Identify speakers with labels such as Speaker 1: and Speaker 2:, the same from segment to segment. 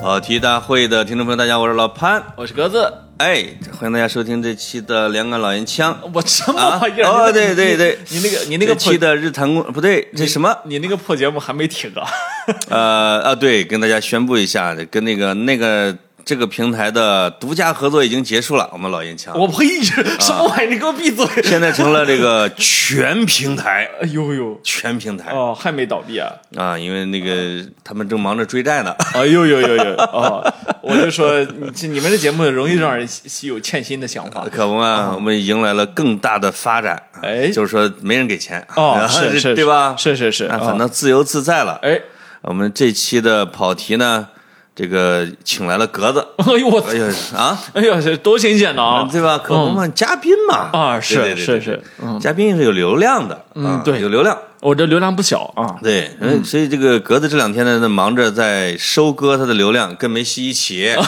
Speaker 1: 跑题大会的听众朋友，大家好，我是老潘。
Speaker 2: 我是格子，
Speaker 1: 哎，欢迎大家收听这期的《两杆老烟枪》
Speaker 2: 我什么
Speaker 1: 啊
Speaker 2: 玩意儿？
Speaker 1: 哦
Speaker 2: 你那
Speaker 1: 对
Speaker 2: 个
Speaker 1: 对对
Speaker 2: 你你那个你那个
Speaker 1: 这期
Speaker 2: 破
Speaker 1: 的日坛公不对，这什么？
Speaker 2: 你那个破节目还没停啊？
Speaker 1: 呃啊，对，跟大家宣布一下，跟那个那个这个平台的独家合作已经结束了，我们老烟枪
Speaker 2: 我呸！
Speaker 1: 啊
Speaker 2: 什么玩意儿？你给我闭嘴！
Speaker 1: 现在成了这个 全平台，
Speaker 2: 哎呦呦，
Speaker 1: 全平台
Speaker 2: 哦，还没倒闭啊？
Speaker 1: 啊，因为那个他们正忙着追债呢。
Speaker 2: 哎呦呦呦呦！哦，我就说你这你们的节目容易让人吸有欠薪的想法。
Speaker 1: 可不嘛，我们迎来了更大的发展。
Speaker 2: 哦哎
Speaker 1: 就是说没人给钱
Speaker 2: 哦，
Speaker 1: 然后
Speaker 2: 是是，
Speaker 1: 啊对吧？
Speaker 2: 是是是，
Speaker 1: 啊，
Speaker 2: 哦
Speaker 1: 反正自由自在了。
Speaker 2: 哎，
Speaker 1: 我们这期的跑题呢，这个请来了格子，
Speaker 2: 哎呦我，
Speaker 1: 哎呀啊，
Speaker 2: 哎呦，这多新鲜呢啊！
Speaker 1: 对吧？可不嘛，嘉宾嘛，
Speaker 2: 啊是
Speaker 1: 对对对对
Speaker 2: 是是
Speaker 1: 嘉宾是有流量的，嗯
Speaker 2: 对
Speaker 1: 有流量。
Speaker 2: 我这流量不小啊。
Speaker 1: 对，嗯，所以这个格子这两天呢，忙着在收割他的流量，跟梅西一起，
Speaker 2: 啊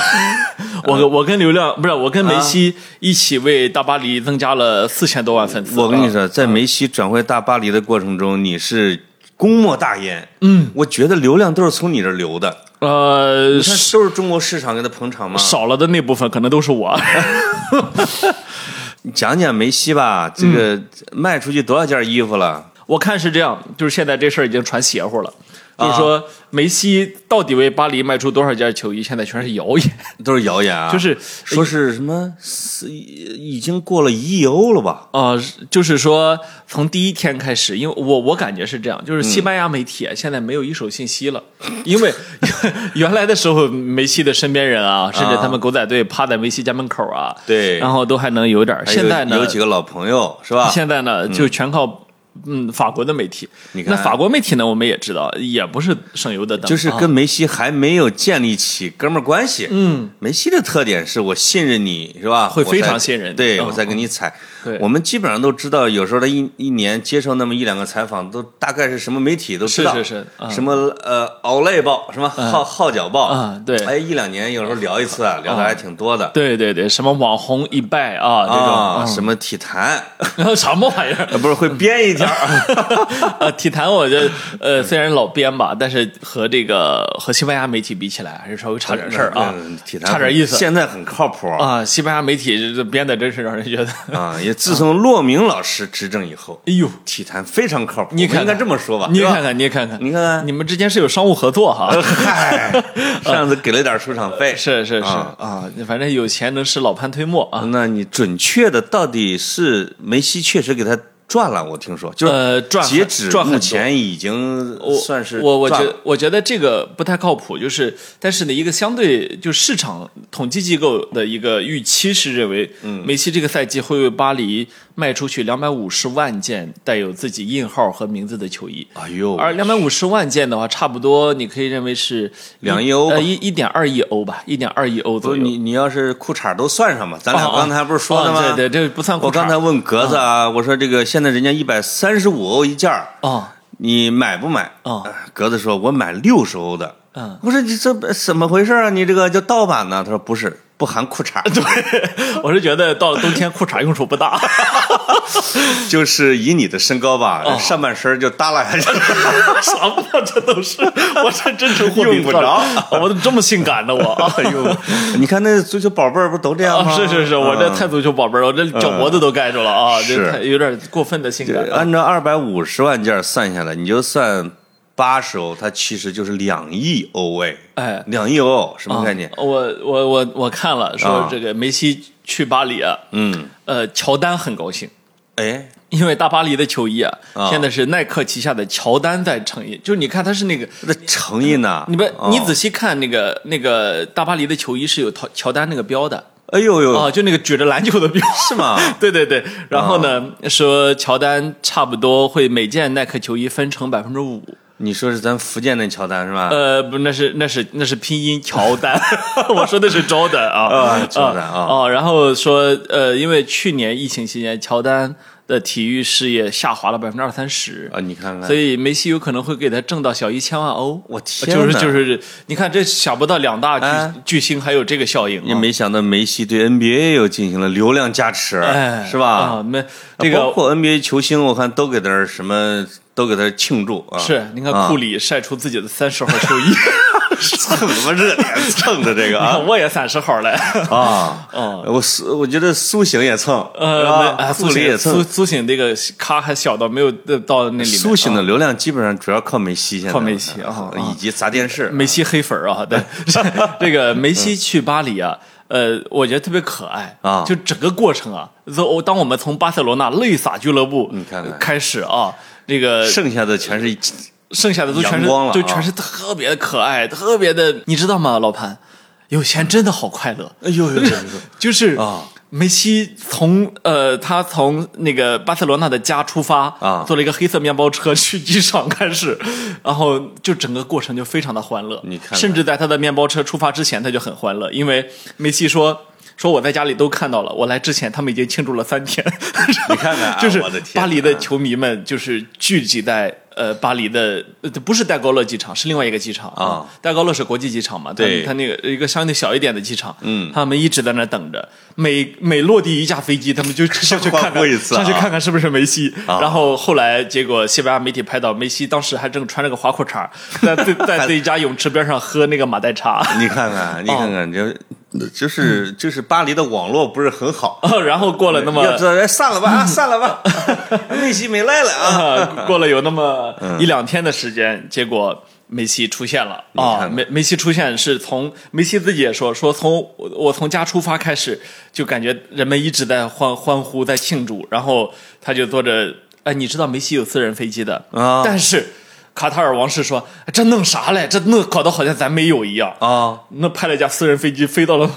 Speaker 2: 我跟我跟流量不是我
Speaker 1: 啊
Speaker 2: 跟梅西一起为大巴黎增加了四千多万粉丝。
Speaker 1: 我跟你，说，在梅西转会大巴黎的过程中，你是功莫大焉。嗯，我觉得流量都是从你这儿流的。
Speaker 2: 呃，
Speaker 1: 你看，都是中国市场给他捧场嘛。
Speaker 2: 少了的那部分可能都是我。
Speaker 1: 你讲讲梅西吧，
Speaker 2: 嗯
Speaker 1: 这个卖出去多少件衣服了？
Speaker 2: 我看是这样，就是现在这事儿已经传邪乎了，
Speaker 1: 啊
Speaker 2: 就是说梅西到底为巴黎卖出多少件球衣，现在全是谣言，
Speaker 1: 都是谣言啊！
Speaker 2: 就是
Speaker 1: 说是什么四已经过了一亿欧了吧？
Speaker 2: 呃，就是说从第一天开始，因为我我感觉是这样，就是
Speaker 1: 嗯
Speaker 2: 西班牙媒体啊现在没有一手信息了，因为原来的时候梅西的身边人啊，甚至他们狗仔队趴在梅西家门口啊，
Speaker 1: 对
Speaker 2: 然后都还能有点儿。
Speaker 1: 还有
Speaker 2: 现在呢，
Speaker 1: 有几个老啊朋友是吧？
Speaker 2: 现在呢，就全靠嗯法国的媒体。
Speaker 1: 你看
Speaker 2: 那法国媒体呢，我们也知道，也不是省油的灯，
Speaker 1: 就是
Speaker 2: 啊
Speaker 1: 跟梅西还没有建立起哥们儿关系。嗯，梅西的特点是我信任你，是吧？
Speaker 2: 会非常
Speaker 1: 我才
Speaker 2: 信任你
Speaker 1: 对
Speaker 2: 嗯
Speaker 1: 我再给你踩。
Speaker 2: 对
Speaker 1: 我们基本上都知道，有时候他一一年接受那么一两个采访，都大概是什么媒体都知道，
Speaker 2: 是是是嗯
Speaker 1: 什么呃《奥莱报》什么《号号角报》
Speaker 2: 嗯对
Speaker 1: 哎，一两年有时候聊一次，啊聊的还挺多的。
Speaker 2: 对对对，什么网红一拜啊，这种
Speaker 1: 啊，什么体坛，
Speaker 2: 然后 什么玩 意儿？
Speaker 1: 不是会编一条儿
Speaker 2: 呃，体坛我觉得呃虽然老编吧，但是和这个和西班牙媒体比起来，还是稍微差点事儿啊
Speaker 1: 嗯，体坛
Speaker 2: 差点意思
Speaker 1: 现在很靠谱啊
Speaker 2: 啊。西班牙媒体这编的真是让人觉得，
Speaker 1: 啊！也自从骆明老师执政以后，
Speaker 2: 哎呦，
Speaker 1: 体坛非常靠谱，
Speaker 2: 你看
Speaker 1: 我们应该这么说吧？
Speaker 2: 你
Speaker 1: 对吧
Speaker 2: 看，看，你看看，
Speaker 1: 你看看呃
Speaker 2: 你们之间是有商务合作哈。
Speaker 1: 嗨，上次给了点出场费，
Speaker 2: 是是是
Speaker 1: 啊
Speaker 2: 啊，反正有钱能使老潘推磨啊。
Speaker 1: 那你准确的到底是梅西确实给他赚了，我听说就是
Speaker 2: 呃赚很
Speaker 1: 截止
Speaker 2: 赚很
Speaker 1: 目
Speaker 2: 多
Speaker 1: 前已经
Speaker 2: 我
Speaker 1: 算是
Speaker 2: 我我觉
Speaker 1: 赚了
Speaker 2: 我觉得这个不太靠谱，就是但是呢，一个相对就市场统计机构的一个预期是认为，
Speaker 1: 嗯
Speaker 2: 梅西这个赛季会为巴黎卖出去两百五十万件带有自己印号和名字的球衣，
Speaker 1: 哎呦，
Speaker 2: 而两百五十万件的话，差不多你可以认为是一
Speaker 1: 两亿欧吧
Speaker 2: 呃一一点二亿欧吧，一点二亿欧
Speaker 1: 不
Speaker 2: 左
Speaker 1: 是
Speaker 2: 右。
Speaker 1: 你你要是裤衩都算上吧，咱俩
Speaker 2: 哦哦
Speaker 1: 刚才不是说的吗？
Speaker 2: 哦对对，这不算裤衩。
Speaker 1: 我刚才问格子啊，我说这个现在人家一百三十五欧一件儿
Speaker 2: 哦，
Speaker 1: 你买不买？呃
Speaker 2: 哦
Speaker 1: 格子说，我买六十欧的。
Speaker 2: 嗯，
Speaker 1: 我说你这怎么回事啊？你这个叫盗版呢？他说不是，不含裤 衩，
Speaker 2: 我是觉得到了冬天裤衩用处不大。
Speaker 1: 就是以你的身高吧，
Speaker 2: 哦
Speaker 1: 上半身就耷拉下去了。
Speaker 2: 什么这都是，我这真是货
Speaker 1: 用
Speaker 2: 比
Speaker 1: 不
Speaker 2: 不
Speaker 1: 着
Speaker 2: 着，我怎么这么性感呢？我，哎呦，
Speaker 1: 你看那足球宝贝儿不都这样吗？
Speaker 2: 啊哦是是是，我这
Speaker 1: 嗯
Speaker 2: 太足球宝贝儿了，我这脚脖子都盖住了啊，
Speaker 1: 是
Speaker 2: 这太有点过分的性感
Speaker 1: 对
Speaker 2: 了。
Speaker 1: 按照二百五十万件算下来，你就算八十欧，它其实就是两亿欧哎，
Speaker 2: 哎
Speaker 1: 两亿欧什么概念？
Speaker 2: 我我我我看了，说
Speaker 1: 啊
Speaker 2: 这个梅西去巴黎啊，
Speaker 1: 嗯，
Speaker 2: 呃，乔丹很高兴。
Speaker 1: 哎，
Speaker 2: 因为大巴黎的球衣啊，
Speaker 1: 啊
Speaker 2: 现在是耐克旗下的乔丹在成衣，就是你看他是那个，
Speaker 1: 那诚意呢？
Speaker 2: 你不
Speaker 1: 哦
Speaker 2: 你仔细看那个那个大巴黎的球衣是有乔乔丹那个标的
Speaker 1: 哎呦呦，
Speaker 2: 啊，就那个举着篮球的标，
Speaker 1: 是吗？
Speaker 2: 对对对，然后呢，说乔丹差不多会每件耐克球衣分成百分之五，
Speaker 1: 你说是咱福建那乔丹是吧？
Speaker 2: 呃，不，那是那是那是拼音乔丹， 我说的是招丹啊，
Speaker 1: 啊乔丹啊
Speaker 2: 哦，然后说呃，因为去年疫情期间，乔丹的体育事业下滑了百分之二三十。
Speaker 1: 啊，你看看，
Speaker 2: 所以梅西有可能会给他挣到小一千万欧，
Speaker 1: 我天
Speaker 2: 就是
Speaker 1: 哪
Speaker 2: 就是，你看这想不到两大巨、
Speaker 1: 哎
Speaker 2: 巨星还有这个效应、啊，
Speaker 1: 也没想到梅西对 NBA 又进行了流量加持，
Speaker 2: 哎
Speaker 1: 是吧？
Speaker 2: 啊，没这个
Speaker 1: 包括 NBA 球星，我看都给那儿什么都给他庆祝啊！
Speaker 2: 是，您看
Speaker 1: 啊
Speaker 2: 库里晒出自己的三十号球衣，
Speaker 1: 蹭什么热点，蹭的这个啊
Speaker 2: 我也三十号嘞。
Speaker 1: 啊！
Speaker 2: 哦
Speaker 1: 我苏，我觉得苏醒也蹭，
Speaker 2: 呃，
Speaker 1: 是吧
Speaker 2: 那哎
Speaker 1: 库里也
Speaker 2: 苏
Speaker 1: 蹭。
Speaker 2: 苏醒这个咖还小到没有呃到那里面。
Speaker 1: 苏醒的
Speaker 2: 啊
Speaker 1: 流量基本上主要靠梅西，现在
Speaker 2: 靠梅西啊啊
Speaker 1: 以及砸电视。
Speaker 2: 梅西黑粉儿啊， 对，这个梅西去巴黎啊。呃，我觉得特别可爱
Speaker 1: 啊
Speaker 2: 就整个过程啊，从当我们从巴塞罗那泪洒俱乐部
Speaker 1: 嗯看看
Speaker 2: 开始啊，这个
Speaker 1: 剩下的全是
Speaker 2: 剩下的都全
Speaker 1: 阳
Speaker 2: 是
Speaker 1: 光了
Speaker 2: 就
Speaker 1: 啊
Speaker 2: 全是特别的可爱，特别的，你知道吗，老潘，有钱真的好快乐，
Speaker 1: 哎呦呦，
Speaker 2: 就是
Speaker 1: 啊。
Speaker 2: 梅西从呃，他从那个巴塞罗那的家出发
Speaker 1: 啊
Speaker 2: 坐了一个黑色面包车去机场开始，然后就整个过程就非常的欢乐。
Speaker 1: 你看看
Speaker 2: 甚至在他的面包车出发之前，他就很欢乐，因为梅西说说我在家里都看到了，我来之前他们已经庆祝了三天。
Speaker 1: 你看看啊，
Speaker 2: 就是
Speaker 1: 我的天，
Speaker 2: 巴黎的球迷们就是聚集在呃巴黎的，呃不是戴高乐机场，是另外一个机场
Speaker 1: 啊。
Speaker 2: 戴高乐是国际机场嘛？它
Speaker 1: 对
Speaker 2: 它那个一个相对小一点的机场，嗯，他们一直在那儿等着，每每落地一架飞机，他们就上去看
Speaker 1: 欢呼
Speaker 2: 看，
Speaker 1: 一次啊啊
Speaker 2: 上去看看是不是梅西。然后后来结果西班牙媒体拍到梅西当时还正穿着个花裤衩儿，在在在自己家泳池边上喝那个马黛茶。
Speaker 1: 你看
Speaker 2: 哦
Speaker 1: 看，你看看，就就是就是巴黎的网络不是很好，
Speaker 2: 然后过了嗯那么
Speaker 1: 要知道哎散了 吧啊，散了吧，梅西没来了啊！
Speaker 2: 啊， 过了有那么
Speaker 1: 嗯
Speaker 2: 一两天的时间，结果梅西出现了
Speaker 1: 看
Speaker 2: 啊！
Speaker 1: 看
Speaker 2: 梅梅西出现是从梅西自己也说，说从我我从家出发开始，就感觉人们一直在欢欢呼，在庆祝，然后他就坐着，哎，你知道梅西有私人飞机的
Speaker 1: 啊
Speaker 2: 但是卡塔尔王室说哎这弄啥嘞？这弄搞得好像咱没有一样。
Speaker 1: 啊，
Speaker 2: 那派了架私人飞机飞到了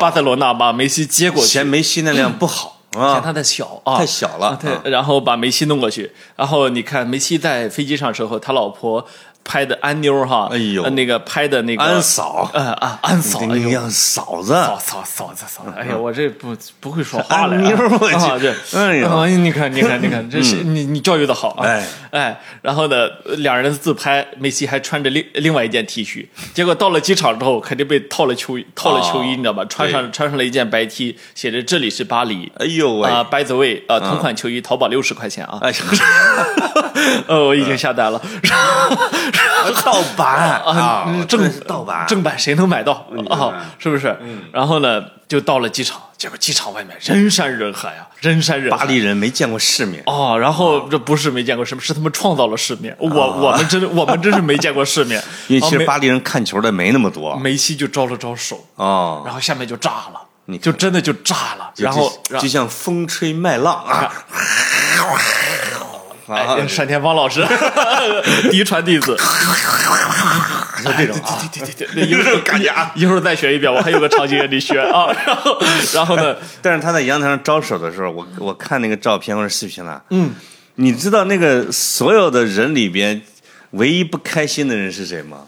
Speaker 2: 巴塞罗那，把梅西接过去，
Speaker 1: 嫌梅西那辆不好
Speaker 2: 嫌
Speaker 1: 啊，
Speaker 2: 他的小啊，
Speaker 1: 太小了
Speaker 2: 啊对，然后把梅西弄过去，然后你看梅西在飞机上的时候，他老婆拍的安妞儿哈，
Speaker 1: 哎呦
Speaker 2: 呃那个拍的那个
Speaker 1: 安，嫂，
Speaker 2: 呃啊安嫂，哎
Speaker 1: 那
Speaker 2: 呦，
Speaker 1: 样嫂子，
Speaker 2: 嫂哦嫂嫂子嫂子，哎呀，我这不不会说话
Speaker 1: 嗯安
Speaker 2: 了，
Speaker 1: 妞儿我去
Speaker 2: 啊，对，
Speaker 1: 哎呦嗯
Speaker 2: 呀，你看你看你看，这是你你教育的好啊，
Speaker 1: 哎
Speaker 2: 哎，然后呢，两人自拍，梅西还穿着另另外一件 T 恤，结果到了机场之后，肯定被套了球衣，套了球衣，
Speaker 1: 哦
Speaker 2: 你知道吧？穿上穿上了一件白 T，写着这里是巴黎，
Speaker 1: 哎呦喂，嗯
Speaker 2: 啊、b y the way，呃，同款球衣淘宝六十块钱啊，
Speaker 1: 哎呀，
Speaker 2: 呃，我已经下单了，
Speaker 1: 盗版
Speaker 2: 啊
Speaker 1: 啊，，
Speaker 2: 正
Speaker 1: 真是盗版，
Speaker 2: 正版谁能买到
Speaker 1: 看看
Speaker 2: 啊？是不是？然后呢，就到了机场，结果机场外面人山人海啊，人山人海。
Speaker 1: 巴黎人没见过世面，
Speaker 2: 哦，然后这不是没见过世面，是他们创造了世面。我我们真我们真是没见过世面，
Speaker 1: 因为其
Speaker 2: 然后
Speaker 1: 实
Speaker 2: 梅
Speaker 1: 巴黎人看球的没那么多
Speaker 2: 梅西就招了招手，
Speaker 1: 啊，
Speaker 2: 然后下面就炸了，
Speaker 1: 你看
Speaker 2: 就真的就炸了，然后
Speaker 1: 就就像风吹麦浪啊，啊
Speaker 2: 哎，单田芳老师，嫡传弟子，就这种啊，对对对对，一
Speaker 1: 有
Speaker 2: 会
Speaker 1: 这
Speaker 2: 儿
Speaker 1: 种感觉啊。
Speaker 2: 一会儿再学一遍，我还有个场景让你学啊。然后，然后呢，
Speaker 1: 但是他在阳台上招手的时候，我我看那个照片或者视频了，嗯，你知道那个所有的人里边，唯一不开心的人是谁吗？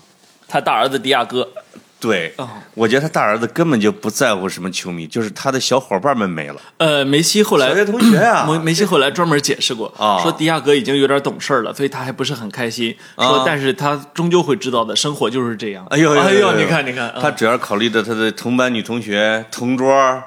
Speaker 2: 他大儿子迪亚哥，
Speaker 1: 对，
Speaker 2: 哦
Speaker 1: 我觉得他大儿子根本就不在乎什么球迷，就是他的小伙伴们没了，
Speaker 2: 呃，梅西后来嗯
Speaker 1: 小学同学啊
Speaker 2: 梅梅西后来专门解释过，
Speaker 1: 啊
Speaker 2: 说迪亚哥已经有点懂事儿了，所以他还不是很开心，说
Speaker 1: 啊
Speaker 2: 但是他终究会知道的，生活就是这样。
Speaker 1: 哎呦
Speaker 2: 哎
Speaker 1: 哎
Speaker 2: 呦，你看你看，
Speaker 1: 他主要考虑着他的同班女同学、同桌，
Speaker 2: 啊。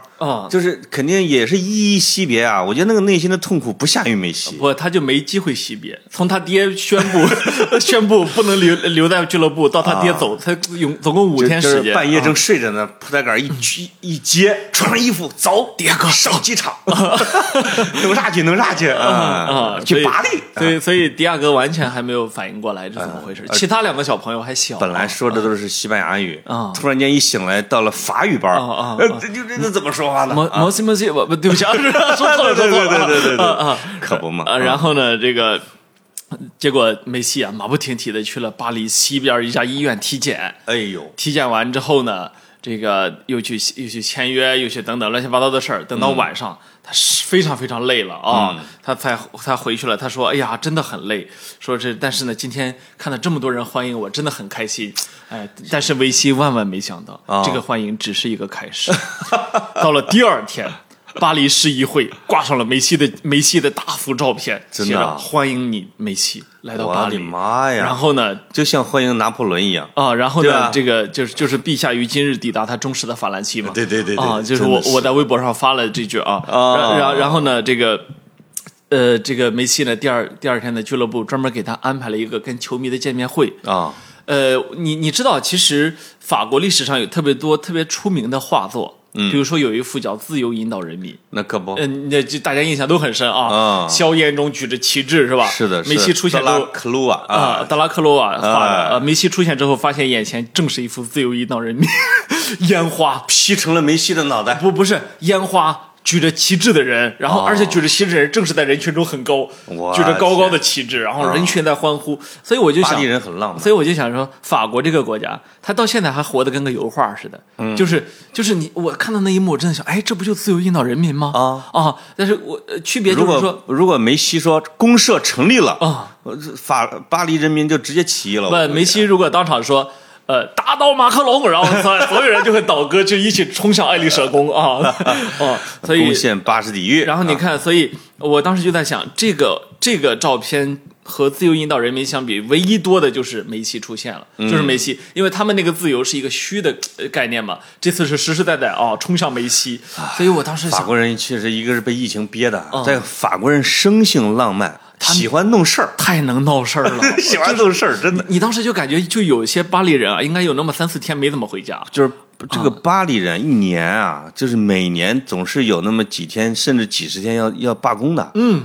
Speaker 1: 就是肯定也是依依惜别啊。我觉得那个内心的痛苦不下于梅西。
Speaker 2: 不，他就没机会惜别。从他爹宣 布宣布不能留留在俱乐部，到他爹走，他总总共五
Speaker 1: 就
Speaker 2: 天
Speaker 1: 啊就
Speaker 2: 时
Speaker 1: 是
Speaker 2: 间。嗯
Speaker 1: 半夜正睡着呢，铺带杆一举一接，穿上衣服走，爹哥上机场， 弄啥去弄啥去啊
Speaker 2: 啊，所
Speaker 1: 去
Speaker 2: 以
Speaker 1: 巴黎。
Speaker 2: 所以所以迪亚哥完全还没有反应过来这怎么回事。其他两个小朋友还小，
Speaker 1: 哎呃本来说的都是西班牙语
Speaker 2: 啊
Speaker 1: 突然间一醒来到了法语班儿
Speaker 2: 啊啊啊
Speaker 1: 呃这就这这怎么说话呢？
Speaker 2: 摩摩西摩西，我不对不起啊，说错了，
Speaker 1: 对
Speaker 2: 说
Speaker 1: 对
Speaker 2: 错了，
Speaker 1: 对对对对
Speaker 2: 啊啊，
Speaker 1: 可不嘛
Speaker 2: 啊，然后呢，这个结果梅西啊，马不停蹄的去了巴黎西边一家医院体检，
Speaker 1: 哎呦，
Speaker 2: 体检完之后呢，这个又去又去签约，又去等等乱七八糟的事儿。等到晚上，他是非常非常累了啊，他才他回去了。他说：“哎呀，真的很累。”说这，但是呢，今天看到这么多人欢迎我，真的很开心。哎，但是维西万万没想到，
Speaker 1: 啊
Speaker 2: 这个欢迎只是一个开始。 到了第二天。巴黎市议会挂上了梅西的梅西的大幅照片，
Speaker 1: 真
Speaker 2: 写
Speaker 1: 的啊
Speaker 2: 着欢迎你梅西来到
Speaker 1: 我
Speaker 2: 巴
Speaker 1: 的
Speaker 2: 黎。
Speaker 1: 妈呀
Speaker 2: 然后呢，
Speaker 1: 就像欢迎拿破仑一样。
Speaker 2: 啊，然后
Speaker 1: 对
Speaker 2: 呢
Speaker 1: 吧，
Speaker 2: 这个就是就是陛下于今日抵达他忠实的法兰西嘛，
Speaker 1: 对对对对
Speaker 2: 啊，就是
Speaker 1: 真的
Speaker 2: 我
Speaker 1: 是
Speaker 2: 我在微博上发了这句啊，
Speaker 1: 啊
Speaker 2: 然然然后呢，这个呃，这个梅西呢，第二第二天呢，俱乐部专门给他安排了一个跟球迷的见面会。
Speaker 1: 啊，
Speaker 2: 呃，你你知道，其实法国历史上有特别多特别出名的画作，嗯，比如说有一幅叫《自由引导人民》，
Speaker 1: 那可不，
Speaker 2: 嗯，那就大家印象都很深啊。
Speaker 1: 啊
Speaker 2: 硝烟中举着旗帜是吧？
Speaker 1: 是的，
Speaker 2: 梅西出现之
Speaker 1: 了
Speaker 2: 后，
Speaker 1: 克鲁瓦
Speaker 2: 啊，
Speaker 1: 啊，
Speaker 2: 德拉克罗瓦画的
Speaker 1: 哎。
Speaker 2: 呃，梅西出现之后，发现眼前正是一幅自由引导人民， 烟花
Speaker 1: 劈成了梅西的脑袋，
Speaker 2: 不不是烟花。举着旗帜的人，然后而且举着旗帜的人正是在人群中很高，
Speaker 1: 啊我啊
Speaker 2: 举着高高的旗帜，然后人群在欢呼，所以我就
Speaker 1: 巴
Speaker 2: 想
Speaker 1: 黎，人很浪漫
Speaker 2: 所以我就想说，法国这个国家，他到现在还活得跟个油画似的，
Speaker 1: 嗯
Speaker 2: 就是就是你我看到那一幕，我真的想，哎，这不就自由引导人民吗？
Speaker 1: 啊
Speaker 2: 啊！但是我呃区别
Speaker 1: 如
Speaker 2: 就是说
Speaker 1: 果，如果梅西说公社成立了，
Speaker 2: 啊
Speaker 1: 呃法巴黎人民就直接起义了。我
Speaker 2: 不，梅西如果当场说。呃，打倒马克龙，然后所所有人就会倒戈，就一起冲向爱丽舍宫啊！ 哦，所以
Speaker 1: 攻，陷巴士底狱，
Speaker 2: 然后你
Speaker 1: 啊
Speaker 2: 看，所以我当时就在想，这个这个照片和自由引导人民相比，唯一多的就是梅西出现了，
Speaker 1: 嗯
Speaker 2: 就是梅西，因为他们那个自由是一个虚的呃概念嘛，这次是实实在在啊、冲向梅西，所以我当时
Speaker 1: 法
Speaker 2: 想，
Speaker 1: 国人确实一个是被疫情憋的，再、法国人生性浪漫，喜欢弄事儿，
Speaker 2: 太能闹事儿了，
Speaker 1: 喜欢弄事儿，真的
Speaker 2: 你当时就感觉就有些巴黎人啊，应该有那么三四天没怎么回家，
Speaker 1: 就是。这个巴黎人一年啊，就是每年总是有那么几天，甚至几十天要要罢工的。
Speaker 2: 嗯，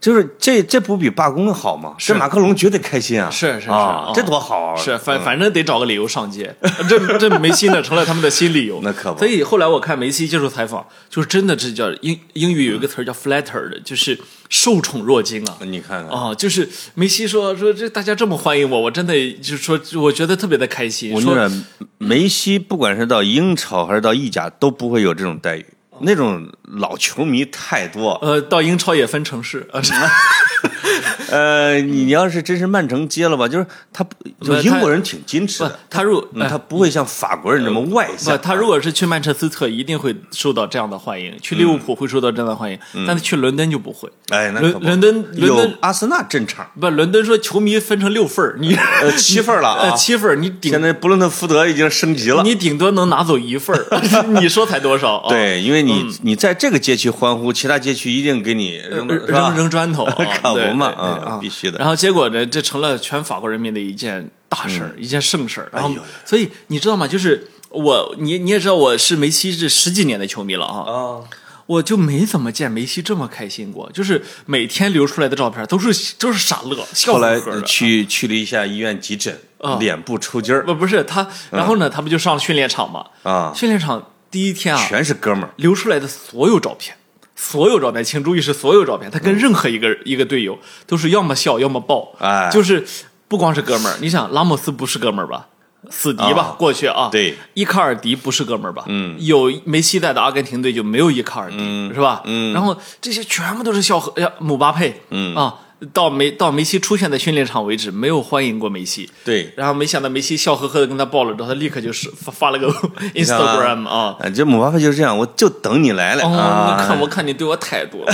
Speaker 1: 就是这这不比罢工好吗？这马克龙绝对开心啊！
Speaker 2: 是是是
Speaker 1: 啊
Speaker 2: 嗯，
Speaker 1: 这多好啊！
Speaker 2: 是，反反正得找个理由上街， 这这梅西呢成了他们的新理由。
Speaker 1: 那可不
Speaker 2: 所以后来我看梅西接受采访，就是真的这叫英英语有一个词儿叫 flattered，就是受宠若惊啊。
Speaker 1: 你看看，
Speaker 2: 啊、就是梅西说说这大家这么欢迎我，我真的就是说，我觉得特别的开心。
Speaker 1: 我跟你
Speaker 2: 说
Speaker 1: 说，梅西不管是到英超还是到意甲，都不会有这种待遇。那种老球迷太多，
Speaker 2: 呃，到英超也分城市
Speaker 1: 嗯
Speaker 2: 啊，什么
Speaker 1: 呃，你要是真是曼城接了吧，就是他不，就
Speaker 2: 不
Speaker 1: 英国人挺矜持
Speaker 2: 不
Speaker 1: 的，，
Speaker 2: 他入
Speaker 1: 嗯他不会像法国人这么外
Speaker 2: 不，
Speaker 1: 向。啊
Speaker 2: 他如果是去曼彻斯特，一定会受到这样的欢迎；去利物浦会受到这样的欢迎，
Speaker 1: 嗯
Speaker 2: 但是去伦敦就不会。
Speaker 1: 哎，那
Speaker 2: 伦
Speaker 1: 可不
Speaker 2: 伦敦伦
Speaker 1: 有
Speaker 2: 敦
Speaker 1: 阿森纳镇场，
Speaker 2: 不，伦敦说球迷分成六份儿，你
Speaker 1: 呃，七份了
Speaker 2: 呃，
Speaker 1: 啊！
Speaker 2: 七份儿，你
Speaker 1: 现
Speaker 2: 顶
Speaker 1: 在布伦特福德已经升级了。
Speaker 2: 你顶多能拿走一份儿， 你说才多少？啊，
Speaker 1: 对，因为你你在这个街区欢呼，其他街区一定给你扔
Speaker 2: 扔
Speaker 1: 是吧
Speaker 2: 呃扔扔 砖头，啊
Speaker 1: 可不嘛
Speaker 2: 对对对
Speaker 1: 嗯
Speaker 2: 啊
Speaker 1: 必须的
Speaker 2: 然后结果呢，这成了全法国人民的一件大事儿，一件盛事儿。然后
Speaker 1: 哎呦，
Speaker 2: 所以你知道吗？就是我，你你也知道，我是梅西这十几年的球迷了啊，
Speaker 1: 啊！
Speaker 2: 我就没怎么见梅西这么开心过，就是每天流出来的照片都是都是傻乐，笑
Speaker 1: 后
Speaker 2: 呵
Speaker 1: 来
Speaker 2: 呵的。
Speaker 1: 去去了一下医院急诊，
Speaker 2: 啊
Speaker 1: 脸部抽筋儿
Speaker 2: 不不是他，然后呢，他不就上训练场嘛？
Speaker 1: 啊，
Speaker 2: 训练场第一天啊，
Speaker 1: 全是哥们儿。
Speaker 2: 流出来的所有照片，所有照片，请注意是所有照片，他跟任何一个、一个队友都是要么笑，要么爆，
Speaker 1: 哎
Speaker 2: 就是不光是哥们儿，你想拉莫斯不是哥们儿吧？死敌吧，
Speaker 1: 啊
Speaker 2: 过去啊，
Speaker 1: 对，
Speaker 2: 伊卡尔迪不是哥们儿吧？嗯，有梅西在的阿根廷队就没有伊卡尔迪，是吧？嗯，然后这些全部都是笑呵，哎呀，姆巴佩，嗯啊，到梅到梅西出现在训练场为止，没有欢迎过梅西。
Speaker 1: 对，
Speaker 2: 然后没想到梅西笑呵呵的跟他爆了之后，他立刻就是发发了个
Speaker 1: 看啊
Speaker 2: Instagram 啊，
Speaker 1: 啊，这姆巴佩就是这样，我就等你来了
Speaker 2: 哦，
Speaker 1: 啊！
Speaker 2: 我看我看你对我态度 了。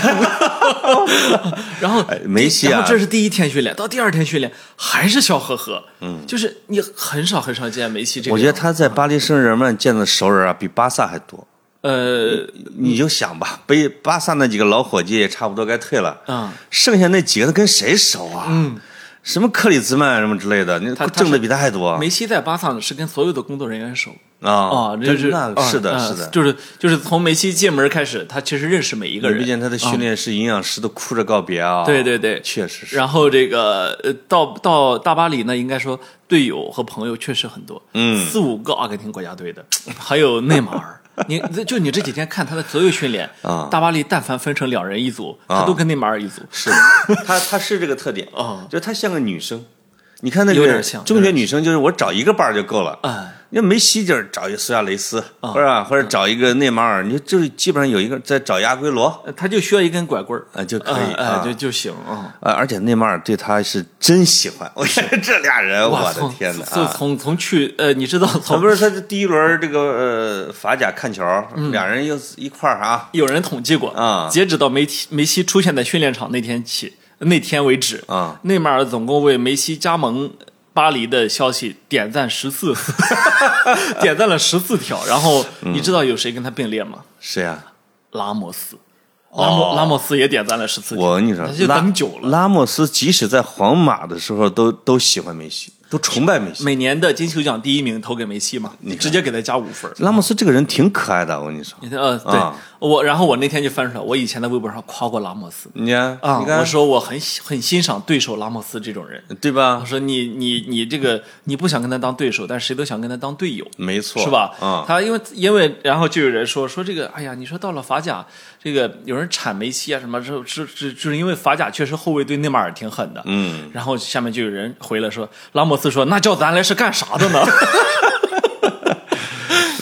Speaker 2: 然后
Speaker 1: 哎梅西啊
Speaker 2: 然后这是第一天训练，到第二天训练还是笑呵呵，嗯，就是你很少很少见梅西这个
Speaker 1: 我
Speaker 2: 样
Speaker 1: 觉
Speaker 2: 子。
Speaker 1: 得他在巴黎圣日耳曼见的熟人啊，比巴萨还多。
Speaker 2: 呃，
Speaker 1: 你就想吧，被巴萨那几个老伙计也差不多该退了，
Speaker 2: 嗯，
Speaker 1: 剩下那几个他跟谁熟啊？嗯，什么克里兹曼什么之类的，你
Speaker 2: 他他
Speaker 1: 挣的比他还多
Speaker 2: 梅西在巴萨呢是跟所有的工作人员熟
Speaker 1: 啊！
Speaker 2: 哦这
Speaker 1: 真
Speaker 2: 是
Speaker 1: 那是的，
Speaker 2: 啊
Speaker 1: 是的。
Speaker 2: 就是就是从梅西进门开始，他其实认识每一个
Speaker 1: 你
Speaker 2: 人嗯
Speaker 1: 不。见他的训练室营养师都哭着告别啊？
Speaker 2: 对对对
Speaker 1: 确实是。
Speaker 2: 然后这个呃，到到大巴黎呢，应该说队友和朋友确实很多，嗯，四五个阿根廷国家队的， 还有内马 尔。你就你这几天看他的所有训练
Speaker 1: 啊
Speaker 2: 大巴黎但凡分成两人一组，他都跟内马尔一组。
Speaker 1: 是他他是这个特点
Speaker 2: 哦
Speaker 1: 就是他像个女生。你看那个
Speaker 2: 有点像
Speaker 1: 中学女生，就是我找一个伴儿就够了。
Speaker 2: 哎，嗯
Speaker 1: 那梅西就是找一个苏亚雷斯，或者啊或者找一个内马尔，你就是基本上有一个再找一个阿圭罗
Speaker 2: 呃他就需要一根拐棍儿，
Speaker 1: 啊就可
Speaker 2: 哎
Speaker 1: 以
Speaker 2: 哎
Speaker 1: 啊
Speaker 2: 就。就行啊。
Speaker 1: 啊，而且内马尔对他是真喜 欢，我觉得这俩人，我的
Speaker 2: 从
Speaker 1: 天哪！
Speaker 2: 从
Speaker 1: 啊
Speaker 2: 从从去呃，你知道
Speaker 1: 他
Speaker 2: 从
Speaker 1: 不是他这第一轮这个呃法甲看球，
Speaker 2: 嗯
Speaker 1: 俩人又一块儿啊
Speaker 2: 有人统计过
Speaker 1: 啊
Speaker 2: 截止到梅西梅西出现在训练场那天起那天为止
Speaker 1: 啊，
Speaker 2: 内马尔总共为梅西加盟巴黎的消息点赞十四， 点
Speaker 1: 嗯
Speaker 2: 赞了十四条。然后你知道有谁跟他并列吗？
Speaker 1: 谁呀？
Speaker 2: 拉莫斯。拉莫拉莫斯也点赞了十四天，
Speaker 1: 哦我跟你说
Speaker 2: 那，就
Speaker 1: 拉
Speaker 2: 等久了。
Speaker 1: 拉莫斯即使在皇马的时候都都喜欢梅西，都崇拜梅西。
Speaker 2: 每年的金球奖第一名投给梅西嘛，直接给他加五分。
Speaker 1: 拉莫斯这个人挺可爱的，我跟你说，
Speaker 2: 呃，对、
Speaker 1: 啊
Speaker 2: 我，然后我那天就翻出来，我以前在微博上夸过拉莫斯
Speaker 1: 你看，
Speaker 2: 啊，
Speaker 1: 你看
Speaker 2: 我，说我很喜很欣赏对手拉莫斯这种人。
Speaker 1: 对
Speaker 2: 我
Speaker 1: 吧？
Speaker 2: 说你你你这个嗯你不想跟他当对手，但谁都想跟他当队友，
Speaker 1: 没错，
Speaker 2: 是吧？
Speaker 1: 啊，
Speaker 2: 他因为因为然后就有人说说这个，哎呀，你说到了法甲，这个有人铲梅西啊什么，是是是，就是因为法甲确实后卫对内马尔挺狠的，
Speaker 1: 嗯，
Speaker 2: 然后下面就有人回了说，拉莫斯说那叫咱来是干啥 的呢？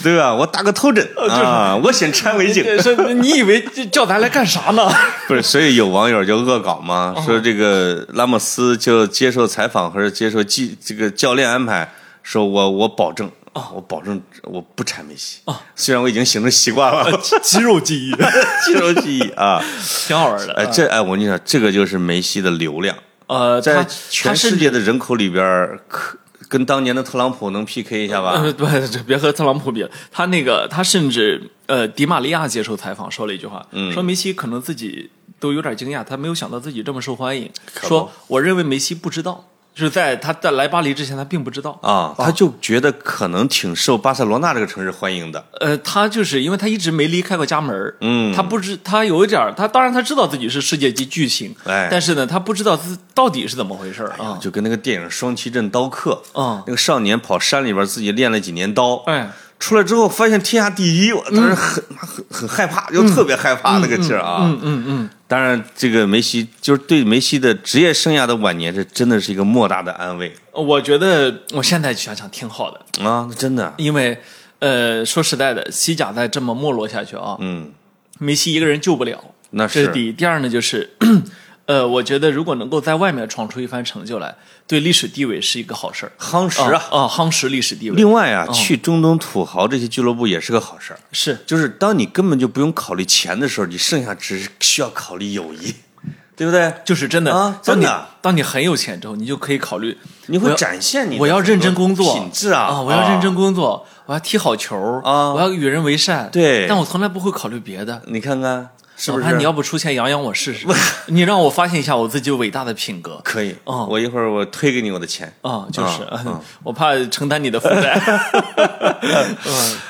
Speaker 1: 对吧？我打个头 阵啊，我先穿为 敬。
Speaker 2: 说你以为这叫咱来干啥呢？
Speaker 1: 不是，所以有网友就恶搞嘛，说这个拉莫斯就接受采访或者接受记这个教练安排，说我我保证啊，我保证我不缠梅西啊，虽然我已经形成习惯了，
Speaker 2: 肌肉记 忆，
Speaker 1: 肌肉哦记忆啊，
Speaker 2: 挺好玩的。
Speaker 1: 哎，这哎，我跟你讲，这个就是梅西的流量，
Speaker 2: 呃，
Speaker 1: 在
Speaker 2: 他
Speaker 1: 全世界的人口里边儿，可跟当年的特朗普能 PK 一下吧？
Speaker 2: 呃，不，这别和特朗普比了。他那个，他甚至呃，迪玛利亚接受采访说了一句话，
Speaker 1: 嗯
Speaker 2: 说梅西可能自己都有点惊讶，他没有想到自己这么受欢迎。
Speaker 1: 不
Speaker 2: 说我认为梅西不知道，就是在他在来巴黎之前，他并不知道。
Speaker 1: 啊，他就觉得可能挺受巴塞罗那这个城市欢迎的，
Speaker 2: 呃，他就是因为他一直没离开过家门嗯，他不知他有一点儿，他当然他知道自己是世界级巨星，
Speaker 1: 哎
Speaker 2: 但是呢，他不知道自到底是怎么回事儿啊。
Speaker 1: 就跟那个电影《双旗镇刀客》
Speaker 2: 嗯
Speaker 1: 那个少年跑山里边自己练了几年刀，
Speaker 2: 哎，
Speaker 1: 出来之后发现天下第一，我当时很、很很害怕，又特别害怕那个劲儿啊。嗯嗯嗯嗯当然，这个梅西就是对梅西的职业生涯的晚年，这真的是一个莫大的安慰
Speaker 2: 我觉得我现在想想挺好的，
Speaker 1: 啊！真的，
Speaker 2: 因为呃，说实在的，西甲再这么没落下去啊，
Speaker 1: 嗯，
Speaker 2: 梅西一个人救不了，
Speaker 1: 那
Speaker 2: 这
Speaker 1: 是
Speaker 2: 是第一。第二呢，就是， 呃，我觉得如果能够在外面闯出一番成就来，对历史地位是一个好事儿。
Speaker 1: 夯实啊。
Speaker 2: 啊，夯实历史地位
Speaker 1: 另外啊，去中东土豪这些俱乐部也是个好事儿，
Speaker 2: 是
Speaker 1: 就是当你根本就不用考虑钱的时候，你剩下只需要考虑友 谊，对不对？
Speaker 2: 就是真的
Speaker 1: 啊
Speaker 2: 当你
Speaker 1: 真的
Speaker 2: 当你很有钱之后，你就可以考虑，
Speaker 1: 你
Speaker 2: 我
Speaker 1: 会
Speaker 2: 要
Speaker 1: 展现你的
Speaker 2: 我要认真工作，
Speaker 1: 品质啊
Speaker 2: 啊，我要认真工作，我要踢好球
Speaker 1: 啊
Speaker 2: 我要与人为善。
Speaker 1: 对
Speaker 2: 但我从来不会考虑别的。
Speaker 1: 你看看是不
Speaker 2: 老潘
Speaker 1: 是？
Speaker 2: 你要不出钱养养 我试试？你让我发现一下我自己伟大的品格。
Speaker 1: 可以，
Speaker 2: 哦
Speaker 1: 我一会儿我推给你我的钱。
Speaker 2: 啊、就是、
Speaker 1: 啊
Speaker 2: 我怕承担你的负 债，嗯，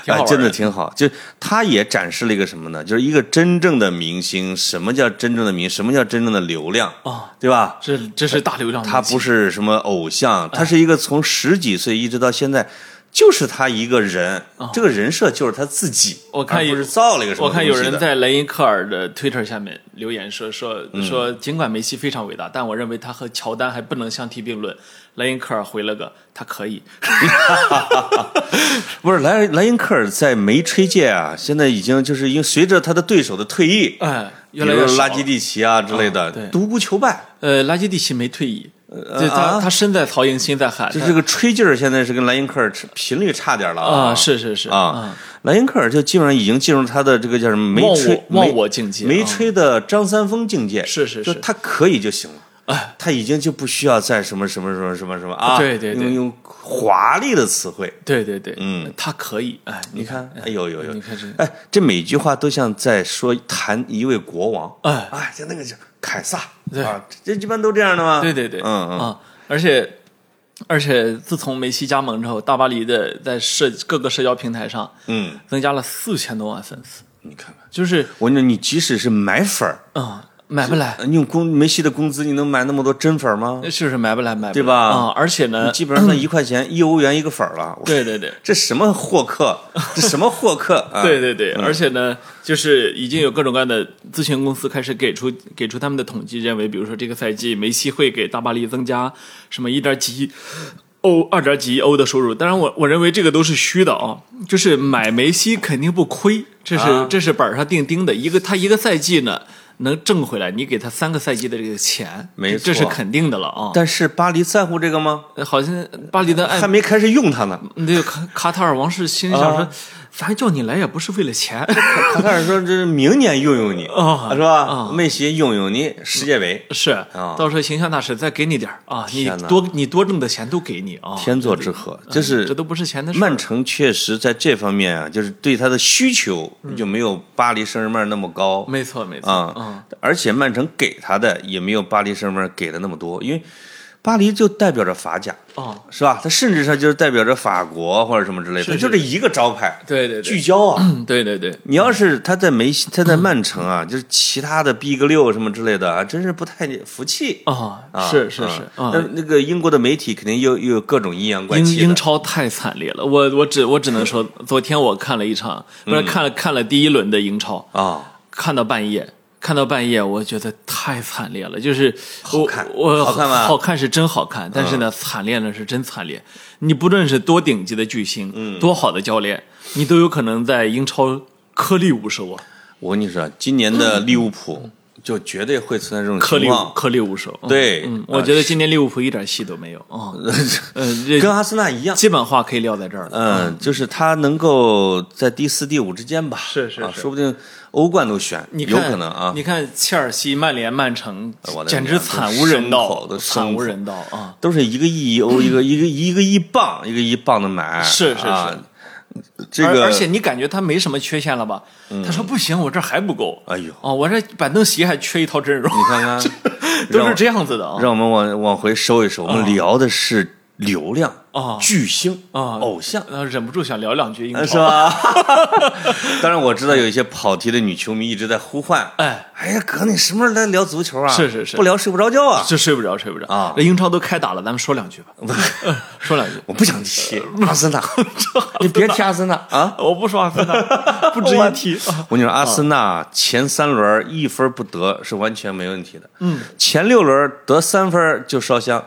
Speaker 2: 挺好玩
Speaker 1: 哎，真的挺好。就他也展示了一个什么呢？就是一个真正的明星，什么叫真正的明？什么叫真正的流量？
Speaker 2: 哦
Speaker 1: 对吧？
Speaker 2: 这这是大流量明星，
Speaker 1: 他不是什么偶像，他是一个从十几岁一直到现在，就是他一个人，这个人设就是他自己。
Speaker 2: 哦我看
Speaker 1: 而
Speaker 2: 有
Speaker 1: 不是造了一个什么
Speaker 2: 我
Speaker 1: 东
Speaker 2: 看
Speaker 1: 西的，嗯
Speaker 2: 有人在莱因克尔的 Twitter 下面留言说说说，尽管梅西非常伟大，但我认为他和乔丹还不能相提并论。莱因克尔回了个他可以，
Speaker 1: 不是莱莱因克尔在梅吹界啊，现在已经就是因为随着他的对手的退役，
Speaker 2: 哎，越
Speaker 1: 比
Speaker 2: 来
Speaker 1: 如
Speaker 2: 越
Speaker 1: 说
Speaker 2: 少
Speaker 1: 拉
Speaker 2: 了哦
Speaker 1: 基蒂奇啊之类的，
Speaker 2: 对
Speaker 1: 独孤求败。
Speaker 2: 呃，拉基蒂奇没退役，对他
Speaker 1: 啊
Speaker 2: 他身在曹营心在汉，
Speaker 1: 就是这个吹劲儿，现在是跟莱因克尔频率差点了
Speaker 2: 他啊，是是是
Speaker 1: 啊，莱因克尔就基本上已经进入他的这个叫什么没
Speaker 2: 忘
Speaker 1: 吹
Speaker 2: 我忘
Speaker 1: 没
Speaker 2: 我境界，
Speaker 1: 没
Speaker 2: 啊
Speaker 1: 吹的张三丰境界，
Speaker 2: 是是
Speaker 1: 就是他可以就行了。
Speaker 2: 哎
Speaker 1: 他已经就不需要再什么什么什么什么什么啊，
Speaker 2: 对对对
Speaker 1: 用用华丽的词汇，
Speaker 2: 对对对，嗯，他可以，哎，
Speaker 1: 你看，哎呦呦呦
Speaker 2: 嗯你，看这
Speaker 1: 哎，这每句话都像在说谈一位国王，
Speaker 2: 哎
Speaker 1: 哎，就那个叫凯撒，
Speaker 2: 对
Speaker 1: 啊，这一般都这样的吗？
Speaker 2: 对对对，
Speaker 1: 嗯嗯，
Speaker 2: 啊，而且而且自从梅西加盟之后，大巴黎的在社各个社交平台上，
Speaker 1: 嗯，
Speaker 2: 增加了四千多万粉丝，
Speaker 1: 你看看，
Speaker 2: 就是
Speaker 1: 我跟你说，你即使是买粉儿，
Speaker 2: 嗯，买不来，
Speaker 1: 你用工梅西的工资，你能买那么多真粉儿吗？
Speaker 2: 就是买不来，买不来
Speaker 1: 对吧
Speaker 2: 啊，而且呢，
Speaker 1: 基本上算一块钱一欧元一个粉儿了。我
Speaker 2: 对对对。
Speaker 1: 这什么获客？这什么获客？啊、
Speaker 2: 对对对，而且呢，就是已经有各种各样的咨询公司开始给出给出他们的统计，认为比如说这个赛季梅西会给大巴黎增加什么一点几亿欧、二点几亿欧的收入。当然我，我认为这个都是虚的啊，就是买梅西肯定不亏，这是、
Speaker 1: 啊
Speaker 2: 这是板上钉钉的。一个他一个赛季呢能挣回来，你给他三个赛季的这个钱，
Speaker 1: 没
Speaker 2: 这是
Speaker 1: 错
Speaker 2: 肯定的了啊。
Speaker 1: 但是巴黎在乎这个吗？
Speaker 2: 好像巴黎的爱嗯
Speaker 1: 还没开始用它呢。啊
Speaker 2: 那个卡卡塔尔王室心里想说，咱叫你来也不是为了钱，
Speaker 1: 卡塔尔说这是明年用用你，
Speaker 2: 哦
Speaker 1: 是吧？梅西用用你世界杯，
Speaker 2: 是，
Speaker 1: 啊
Speaker 2: 到时候形象大使再给你点儿啊，你
Speaker 1: 天哪
Speaker 2: 多你多挣的钱都给你啊，
Speaker 1: 天作之合，这是
Speaker 2: 嗯这都不是钱的事儿。
Speaker 1: 曼城确实在这方面啊，就是对他的需求就没有巴黎圣日耳曼那么高
Speaker 2: 嗯没错没错，
Speaker 1: 啊、
Speaker 2: 嗯，
Speaker 1: 而且曼城给他的也没有巴黎圣日耳曼给的那么多，因为巴黎就代表着法甲，
Speaker 2: 哦，
Speaker 1: 是吧？他甚至他就是代表着法国或者什么之类的，
Speaker 2: 是
Speaker 1: 它就这一个招牌，
Speaker 2: 对对对，
Speaker 1: 聚焦啊。
Speaker 2: 嗯对对对，
Speaker 1: 你要是他在梅
Speaker 2: 嗯
Speaker 1: 西，他在曼城啊，就是其他的 B 个六什么之类的啊，真是不太服气。
Speaker 2: 啊
Speaker 1: 啊，
Speaker 2: 是是
Speaker 1: 啊
Speaker 2: 是，
Speaker 1: 那
Speaker 2: 啊，
Speaker 1: 那个英国的媒体肯定又又有各种阴阳怪
Speaker 2: 英
Speaker 1: 气的。
Speaker 2: 英超太惨烈了，我我只我只能说，昨天我看了一场，不
Speaker 1: 嗯
Speaker 2: 是看了看了第一轮的英超，
Speaker 1: 啊，
Speaker 2: 看到半夜，看到半夜，我觉得太惨烈了。就是好
Speaker 1: 看
Speaker 2: 我
Speaker 1: 好看吗嗯
Speaker 2: 好看是真好看，但是呢，惨烈呢是真惨烈。你不论是多顶级的巨星，嗯，多好的教练，你都有可能在英超颗粒无收啊，
Speaker 1: 我跟你说，今年的利物浦
Speaker 2: 嗯
Speaker 1: 就绝对会存在这种
Speaker 2: 颗
Speaker 1: 情
Speaker 2: 粒
Speaker 1: 况，
Speaker 2: 颗粒无收。嗯
Speaker 1: 对
Speaker 2: 嗯
Speaker 1: 啊，
Speaker 2: 我觉得今年利物浦一点戏都没有啊。嗯 嗯，这
Speaker 1: 跟阿森纳一样。
Speaker 2: 基本话可以撂在这儿了。
Speaker 1: 嗯，就是他能够在第四、第五之间吧，
Speaker 2: 是是
Speaker 1: 啊
Speaker 2: 是
Speaker 1: 说不定欧冠都选，
Speaker 2: 你
Speaker 1: 有
Speaker 2: 看
Speaker 1: 可能啊。
Speaker 2: 你看切尔西、曼联、曼城
Speaker 1: 我，的
Speaker 2: 简直
Speaker 1: 娘
Speaker 2: 惨
Speaker 1: 都
Speaker 2: 无人
Speaker 1: 牲口
Speaker 2: 道
Speaker 1: 都，牲
Speaker 2: 惨无
Speaker 1: 口
Speaker 2: 人道啊！
Speaker 1: 都是一个亿一欧，一个一个一个一磅，一个一磅的买，
Speaker 2: 是是
Speaker 1: 啊这个嗯
Speaker 2: 而而且你感觉他没什么缺陷了吧？他说不行，我这还不够。
Speaker 1: 哎呦
Speaker 2: 哦，我这板凳席还缺一套阵容，
Speaker 1: 你看 看，
Speaker 2: 都
Speaker 1: 让
Speaker 2: 是
Speaker 1: 我
Speaker 2: 这样子的啊。
Speaker 1: 让我们往往回收一收，我们聊的是流量
Speaker 2: 哦
Speaker 1: 巨星
Speaker 2: 哦
Speaker 1: 偶像。
Speaker 2: 然后忍不住想聊两句英
Speaker 1: 哎是啊
Speaker 2: 超，
Speaker 1: 吧？ 当然，我知道有一些跑题的女球迷一直在呼唤，
Speaker 2: 哎，
Speaker 1: 哎呀哥，你什么时候来聊足球啊？
Speaker 2: 是是是
Speaker 1: 不聊睡不着觉 啊！
Speaker 2: 这睡不着，睡不着
Speaker 1: 啊
Speaker 2: 这英超都开打了，咱们说两句吧，呃说两句。
Speaker 1: 我不想提阿 森纳，你别提阿森纳啊！
Speaker 2: 我不说阿森 纳，不值一 提。啊
Speaker 1: 我跟你说，阿森纳前三轮一分不得是完全没问题的，嗯，前六轮得三分就烧香，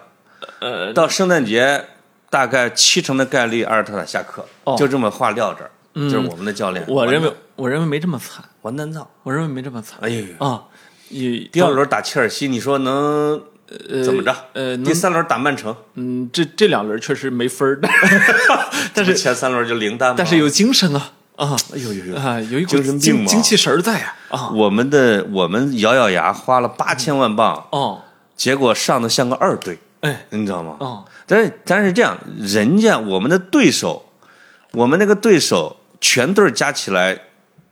Speaker 2: 呃，
Speaker 1: 到圣诞节大概七成的概率阿尔特塔下课，
Speaker 2: 哦
Speaker 1: 就这么话撂这儿，就是我们的教练，
Speaker 2: 我认
Speaker 1: 完
Speaker 2: 为，我认为没这么惨，
Speaker 1: 完蛋造，
Speaker 2: 我认为没这么惨
Speaker 1: 哎呦，
Speaker 2: 啊。你
Speaker 1: 第二轮打切尔西，你说能怎么着？
Speaker 2: 呃能
Speaker 1: 第三轮打曼城，
Speaker 2: 嗯，这这两轮确实没 分儿， 但
Speaker 1: 这
Speaker 2: 是
Speaker 1: 不前三轮就零蛋吗，
Speaker 2: 但是有精神啊啊！
Speaker 1: 哎呦呦呦，
Speaker 2: 啊，有一股
Speaker 1: 精神病
Speaker 2: 精
Speaker 1: 嘛
Speaker 2: 精气神儿在呀！啊，
Speaker 1: 我们的我们咬咬牙花了八千万镑，
Speaker 2: 哦，
Speaker 1: 结果上的像个二队，
Speaker 2: 哎，
Speaker 1: 你知道吗？
Speaker 2: 哦，
Speaker 1: 但是但是这样，人家我们的对手，我们那个对手全队加起来，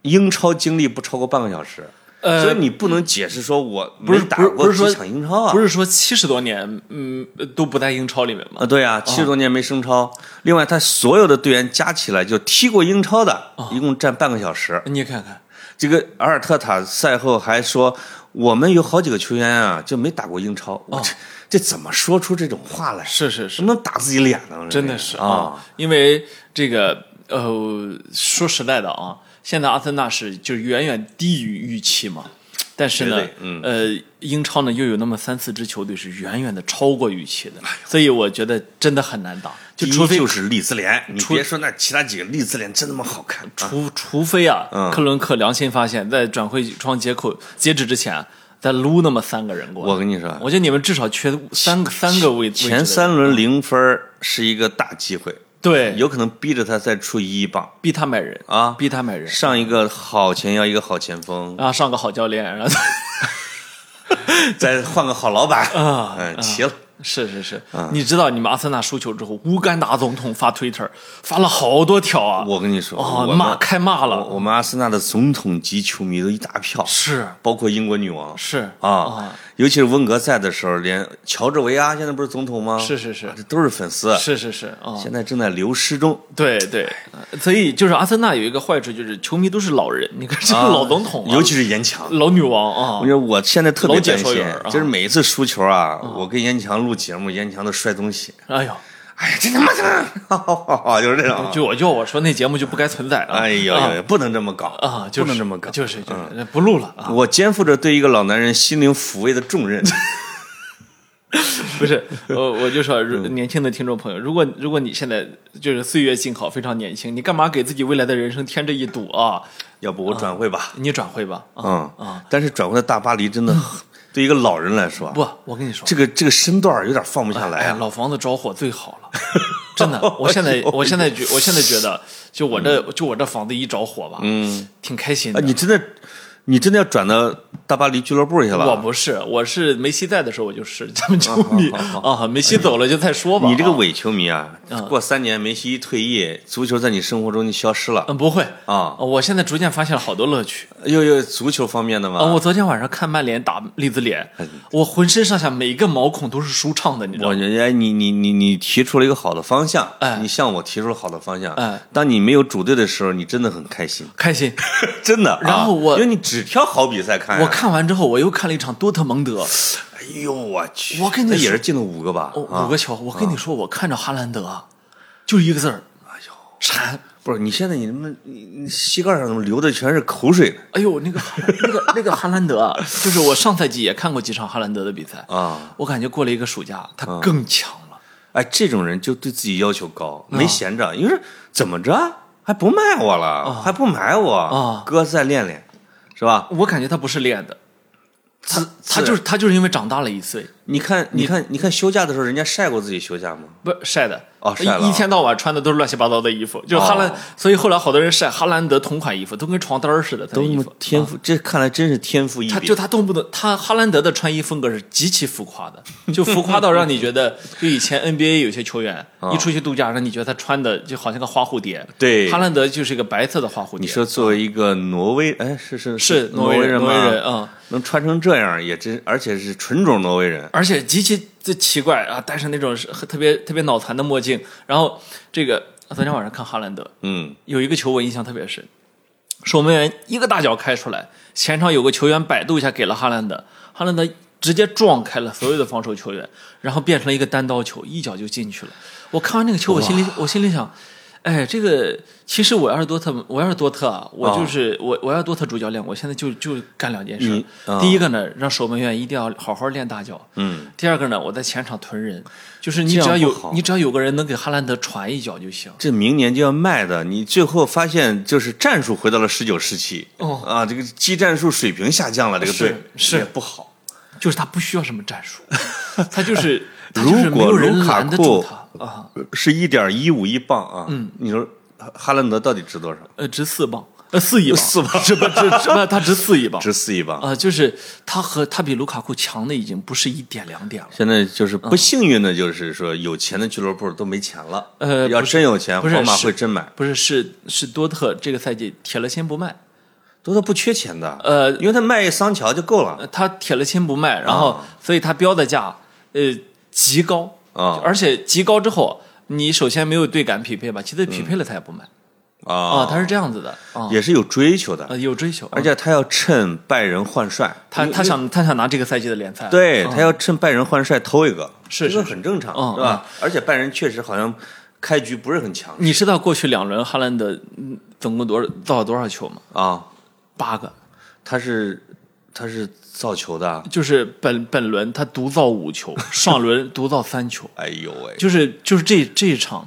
Speaker 1: 英超经历不超过半个小时，
Speaker 2: 呃
Speaker 1: 所以你不能解释说我
Speaker 2: 不
Speaker 1: 没
Speaker 2: 是
Speaker 1: 打
Speaker 2: 不是不
Speaker 1: 过
Speaker 2: 是说
Speaker 1: 几场英超啊。
Speaker 2: 不是说七十多年，嗯，都不在英超里面吗？
Speaker 1: 啊，对啊，七十多年没升超。另外，他所有的队员加起来就踢过英超的，
Speaker 2: 哦
Speaker 1: 一共占半个小时。
Speaker 2: 你看看，
Speaker 1: 这个阿尔特塔赛后还说，我们有好几个球员啊就没打过英超。
Speaker 2: 哦
Speaker 1: 我这这怎么说出这种话来？
Speaker 2: 是是
Speaker 1: 什
Speaker 2: 是，
Speaker 1: 么能打自己脸呢？
Speaker 2: 真的是
Speaker 1: 啊，
Speaker 2: 啊，因为这个呃，说实在的啊，现在阿森纳是就远远低于预期嘛。但是呢
Speaker 1: 绝对，嗯
Speaker 2: 呃，英超呢又有那么三四支球队是远远的超过预期的，所以我觉得真的很难打，就
Speaker 1: 哎第
Speaker 2: 除
Speaker 1: 一
Speaker 2: 非
Speaker 1: 就是利兹联，你别说那其他几个利兹联真他妈好看，啊
Speaker 2: 除除非啊，
Speaker 1: 嗯
Speaker 2: 克伦克良心发现，在转会窗截口截止之前，再撸那么三个人过来。
Speaker 1: 我跟你说
Speaker 2: 我觉得你们至少缺三个三个位置。
Speaker 1: 啊前三轮零分儿是一个大机会，
Speaker 2: 嗯对，
Speaker 1: 有可能逼着他再出一棒
Speaker 2: 逼他买人，
Speaker 1: 啊，
Speaker 2: 逼他买人
Speaker 1: 上一个好前腰，一个好前 锋，
Speaker 2: 啊，上个好教 练，然后
Speaker 1: 再换个好老板
Speaker 2: 啊
Speaker 1: 嗯，齐了。
Speaker 2: 是是是，
Speaker 1: 啊
Speaker 2: 你知道你们阿森纳输球之后，乌干达总统发 Twitter 发了好多条啊，
Speaker 1: 我跟你说，
Speaker 2: 啊
Speaker 1: 我们
Speaker 2: 骂开骂
Speaker 1: 我
Speaker 2: 了，
Speaker 1: 我们阿森纳的总统级球迷都一大票，
Speaker 2: 是
Speaker 1: 包括英国女王
Speaker 2: 是
Speaker 1: 啊，尤其是温格在的时候，连乔治维阿现在不是总统吗？
Speaker 2: 是是是
Speaker 1: 啊这都是粉丝，
Speaker 2: 是是是啊，
Speaker 1: 现在正在流失中。
Speaker 2: 对对，所以就是阿森纳有一个坏处就是球迷都是老人，你看这个老总统啊，
Speaker 1: 尤其是严强。
Speaker 2: 老女王
Speaker 1: 我
Speaker 2: 啊
Speaker 1: 觉，得我现在特别
Speaker 2: 老解
Speaker 1: 担
Speaker 2: 说
Speaker 1: 心
Speaker 2: 员儿啊，
Speaker 1: 就是每一次输球啊，我跟严强录节目，严强都摔东西。
Speaker 2: 哎呦。
Speaker 1: 哎呀，这他妈的，就是这种。
Speaker 2: 就我就我说那节目就不该存在啊！
Speaker 1: 哎呦
Speaker 2: 啊
Speaker 1: 呦，不能这么搞
Speaker 2: 啊，就是
Speaker 1: 不能这么搞。嗯
Speaker 2: 就是就是不录了啊！
Speaker 1: 我肩负着对一个老男人心灵抚慰的重 任。
Speaker 2: 不是，我我就说，如
Speaker 1: 嗯
Speaker 2: 年轻的听众朋友，如果如果你现在就是岁月静好，非常年轻，你干嘛给自己未来的人生添这一堵啊？
Speaker 1: 要不我转会吧？
Speaker 2: 你转会吧啊！
Speaker 1: 嗯但是转会到大巴黎真的，对一个老人来说，
Speaker 2: 不，我跟你说，
Speaker 1: 这个这个身段儿有点放不下来
Speaker 2: 哎，
Speaker 1: 啊。哎
Speaker 2: 老房子着火最好了真的，我现 在我现在觉我现在觉得，就我这就我这房子一着火吧，嗯，挺开心
Speaker 1: 啊，
Speaker 2: 的。
Speaker 1: 嗯你真的，你真的要转到大巴黎俱乐部去
Speaker 2: 我
Speaker 1: 了？
Speaker 2: 不是，我是梅西在的时候我就是，咱们就你啊，梅西走了就再说吧。
Speaker 1: 你这个
Speaker 2: 啊
Speaker 1: 伪球迷啊！过三年梅西一退役，足球在你生活中就消失了
Speaker 2: 嗯不会，
Speaker 1: 啊！
Speaker 2: 我现在逐渐发现了好多乐趣。
Speaker 1: 又有足球方面的
Speaker 2: 啊！
Speaker 1: 吗？
Speaker 2: 我昨天晚上看曼联打利兹联，我浑身上下每一个毛孔都是舒畅的，你知道
Speaker 1: 我
Speaker 2: 吗？
Speaker 1: 觉得哎你你你你提出了一个好的方向
Speaker 2: 哎，
Speaker 1: 你向我提出了好的方向
Speaker 2: 哎。
Speaker 1: 当你没有主队的时候，你真的很开心，
Speaker 2: 开心。
Speaker 1: 真的啊。
Speaker 2: 然后我
Speaker 1: 因为你只挑好比赛看呀，
Speaker 2: 我看完之后，我又看了一场多特蒙德，
Speaker 1: 哎呦我去，
Speaker 2: 我跟你
Speaker 1: 那
Speaker 2: 说
Speaker 1: 也是进了五个吧？
Speaker 2: 哦，
Speaker 1: 啊
Speaker 2: 五个球。我跟你说，我看着哈兰德啊，就一个字儿，哎呦，馋。
Speaker 1: 不是，你现在你他妈你你膝盖上怎么流的全是口水呢？
Speaker 2: 哎呦，那个哈兰那个那个哈兰德啊，就是我上赛季也看过几场哈兰德的比赛
Speaker 1: 啊，
Speaker 2: 我感觉过了一个暑假，他更强了。
Speaker 1: 哎，这种人就对自己要求
Speaker 2: 啊
Speaker 1: 高，没闲着。你说怎么着还不卖我了，还不买我
Speaker 2: 啊
Speaker 1: 哥再练练，是吧？
Speaker 2: 我感觉他不是练的，他他就是他就是因为长大了一岁，
Speaker 1: 你看，你看，你看休假的时候，人家晒过自己休假吗？
Speaker 2: 不是晒的呃
Speaker 1: 哦晒了
Speaker 2: 一一天到晚穿的都是乱七八糟的衣服，就是哈兰，
Speaker 1: 哦
Speaker 2: 所以后来好多人晒哈兰德同款衣服，都跟床单儿似的，他的
Speaker 1: 都那
Speaker 2: 衣
Speaker 1: 么
Speaker 2: 服。啊
Speaker 1: 天赋，这看来真是天赋异
Speaker 2: 他
Speaker 1: 禀。
Speaker 2: 就他动不动，他哈兰德的穿衣风格是极其浮夸的， 就浮夸到让你觉得，就以前 NBA 有些球员一出去度假，让你觉得他穿的就好像个花蝴蝶。
Speaker 1: 哦对
Speaker 2: 哈兰德就是一个白色的花蝴蝶。
Speaker 1: 你说作为一个挪威，哎，是是
Speaker 2: 是挪
Speaker 1: 挪
Speaker 2: 威
Speaker 1: 人
Speaker 2: 挪
Speaker 1: 吗？
Speaker 2: 威人，嗯，
Speaker 1: 能穿成这样，也真，而且是纯种挪威人。
Speaker 2: 而且极其的奇怪啊，戴上那种是特别特别脑残的墨镜，然后这个啊昨天晚上看哈兰德
Speaker 1: 嗯，
Speaker 2: 有一个球我印象特别深，守门员一个大脚开出来，前场有个球员摆渡一下给了哈兰德，哈兰德直接撞开了所有的防守球员，然后变成了一个单刀球，一脚就进去了。我看完那个球，我心里我心里想。哎，这个其实我要是多特，我要是多特啊，我就是、我，我要多特主教练，我现在就就干两件事
Speaker 1: 嗯你。啊
Speaker 2: 第一个呢，让守门员一定要好好练大脚。
Speaker 1: 嗯。
Speaker 2: 第二个呢，我在前场囤人，就是你
Speaker 1: 这
Speaker 2: 只
Speaker 1: 样
Speaker 2: 要
Speaker 1: 不
Speaker 2: 有
Speaker 1: 好
Speaker 2: 你只要有个人能给哈兰德传一脚就行。
Speaker 1: 这明年就要卖的，你最后发现就是战术回到了十九世纪，
Speaker 2: 哦
Speaker 1: 啊，这个技战术水平下降了，这个队
Speaker 2: 是
Speaker 1: 也不好。
Speaker 2: 就是他不需要什么战 术，他就是他
Speaker 1: 哎如
Speaker 2: 就是没
Speaker 1: 果
Speaker 2: 有人
Speaker 1: 卢卡
Speaker 2: 拦得住
Speaker 1: 库
Speaker 2: 他啊，
Speaker 1: 是一点一五一磅啊，嗯，你说哈兰德到底值多少？
Speaker 2: 呃，值四磅，呃，四亿磅，
Speaker 1: 四磅
Speaker 2: 这不这 这不他值四亿磅
Speaker 1: 值四一磅。
Speaker 2: 啊，就是他和他比卢卡库强的已经不是一点两点了。
Speaker 1: 现在就是
Speaker 2: 啊
Speaker 1: 不幸运的，就是说有钱的俱乐部都没钱了。
Speaker 2: 呃
Speaker 1: 要真有钱，
Speaker 2: 不是
Speaker 1: 皇马
Speaker 2: 是
Speaker 1: 会真买。
Speaker 2: 不是，是是多特这个赛季铁了心不卖，
Speaker 1: 多特不缺钱的，
Speaker 2: 呃
Speaker 1: 因为他卖桑乔就够了。
Speaker 2: 他铁了心不卖，
Speaker 1: 啊
Speaker 2: 然后、所以他标的价呃极高
Speaker 1: 啊
Speaker 2: 而且极高之后，你首先没有队感匹配吧，其次匹配了他也不卖、啊，
Speaker 1: 嗯啊，
Speaker 2: 他是这样子的啊，
Speaker 1: 也是有追求的，
Speaker 2: 呃有追求，
Speaker 1: 而且他要趁拜仁换帅，
Speaker 2: 他他想他想拿这个赛季的联赛，
Speaker 1: 对他要趁拜仁换帅偷一个，
Speaker 2: 是
Speaker 1: 这个
Speaker 2: 是
Speaker 1: 很正常，
Speaker 2: 嗯
Speaker 1: 是吧？而且拜仁确实好像开局不是很强
Speaker 2: 你知道过去两轮哈兰德嗯总共多少造了多少球吗？
Speaker 1: 啊，
Speaker 2: 八个，
Speaker 1: 他是他是造球的，
Speaker 2: 就是本本轮他独造 五球，上轮独造三球，
Speaker 1: 哎呦喂，
Speaker 2: 就是就是这这一场。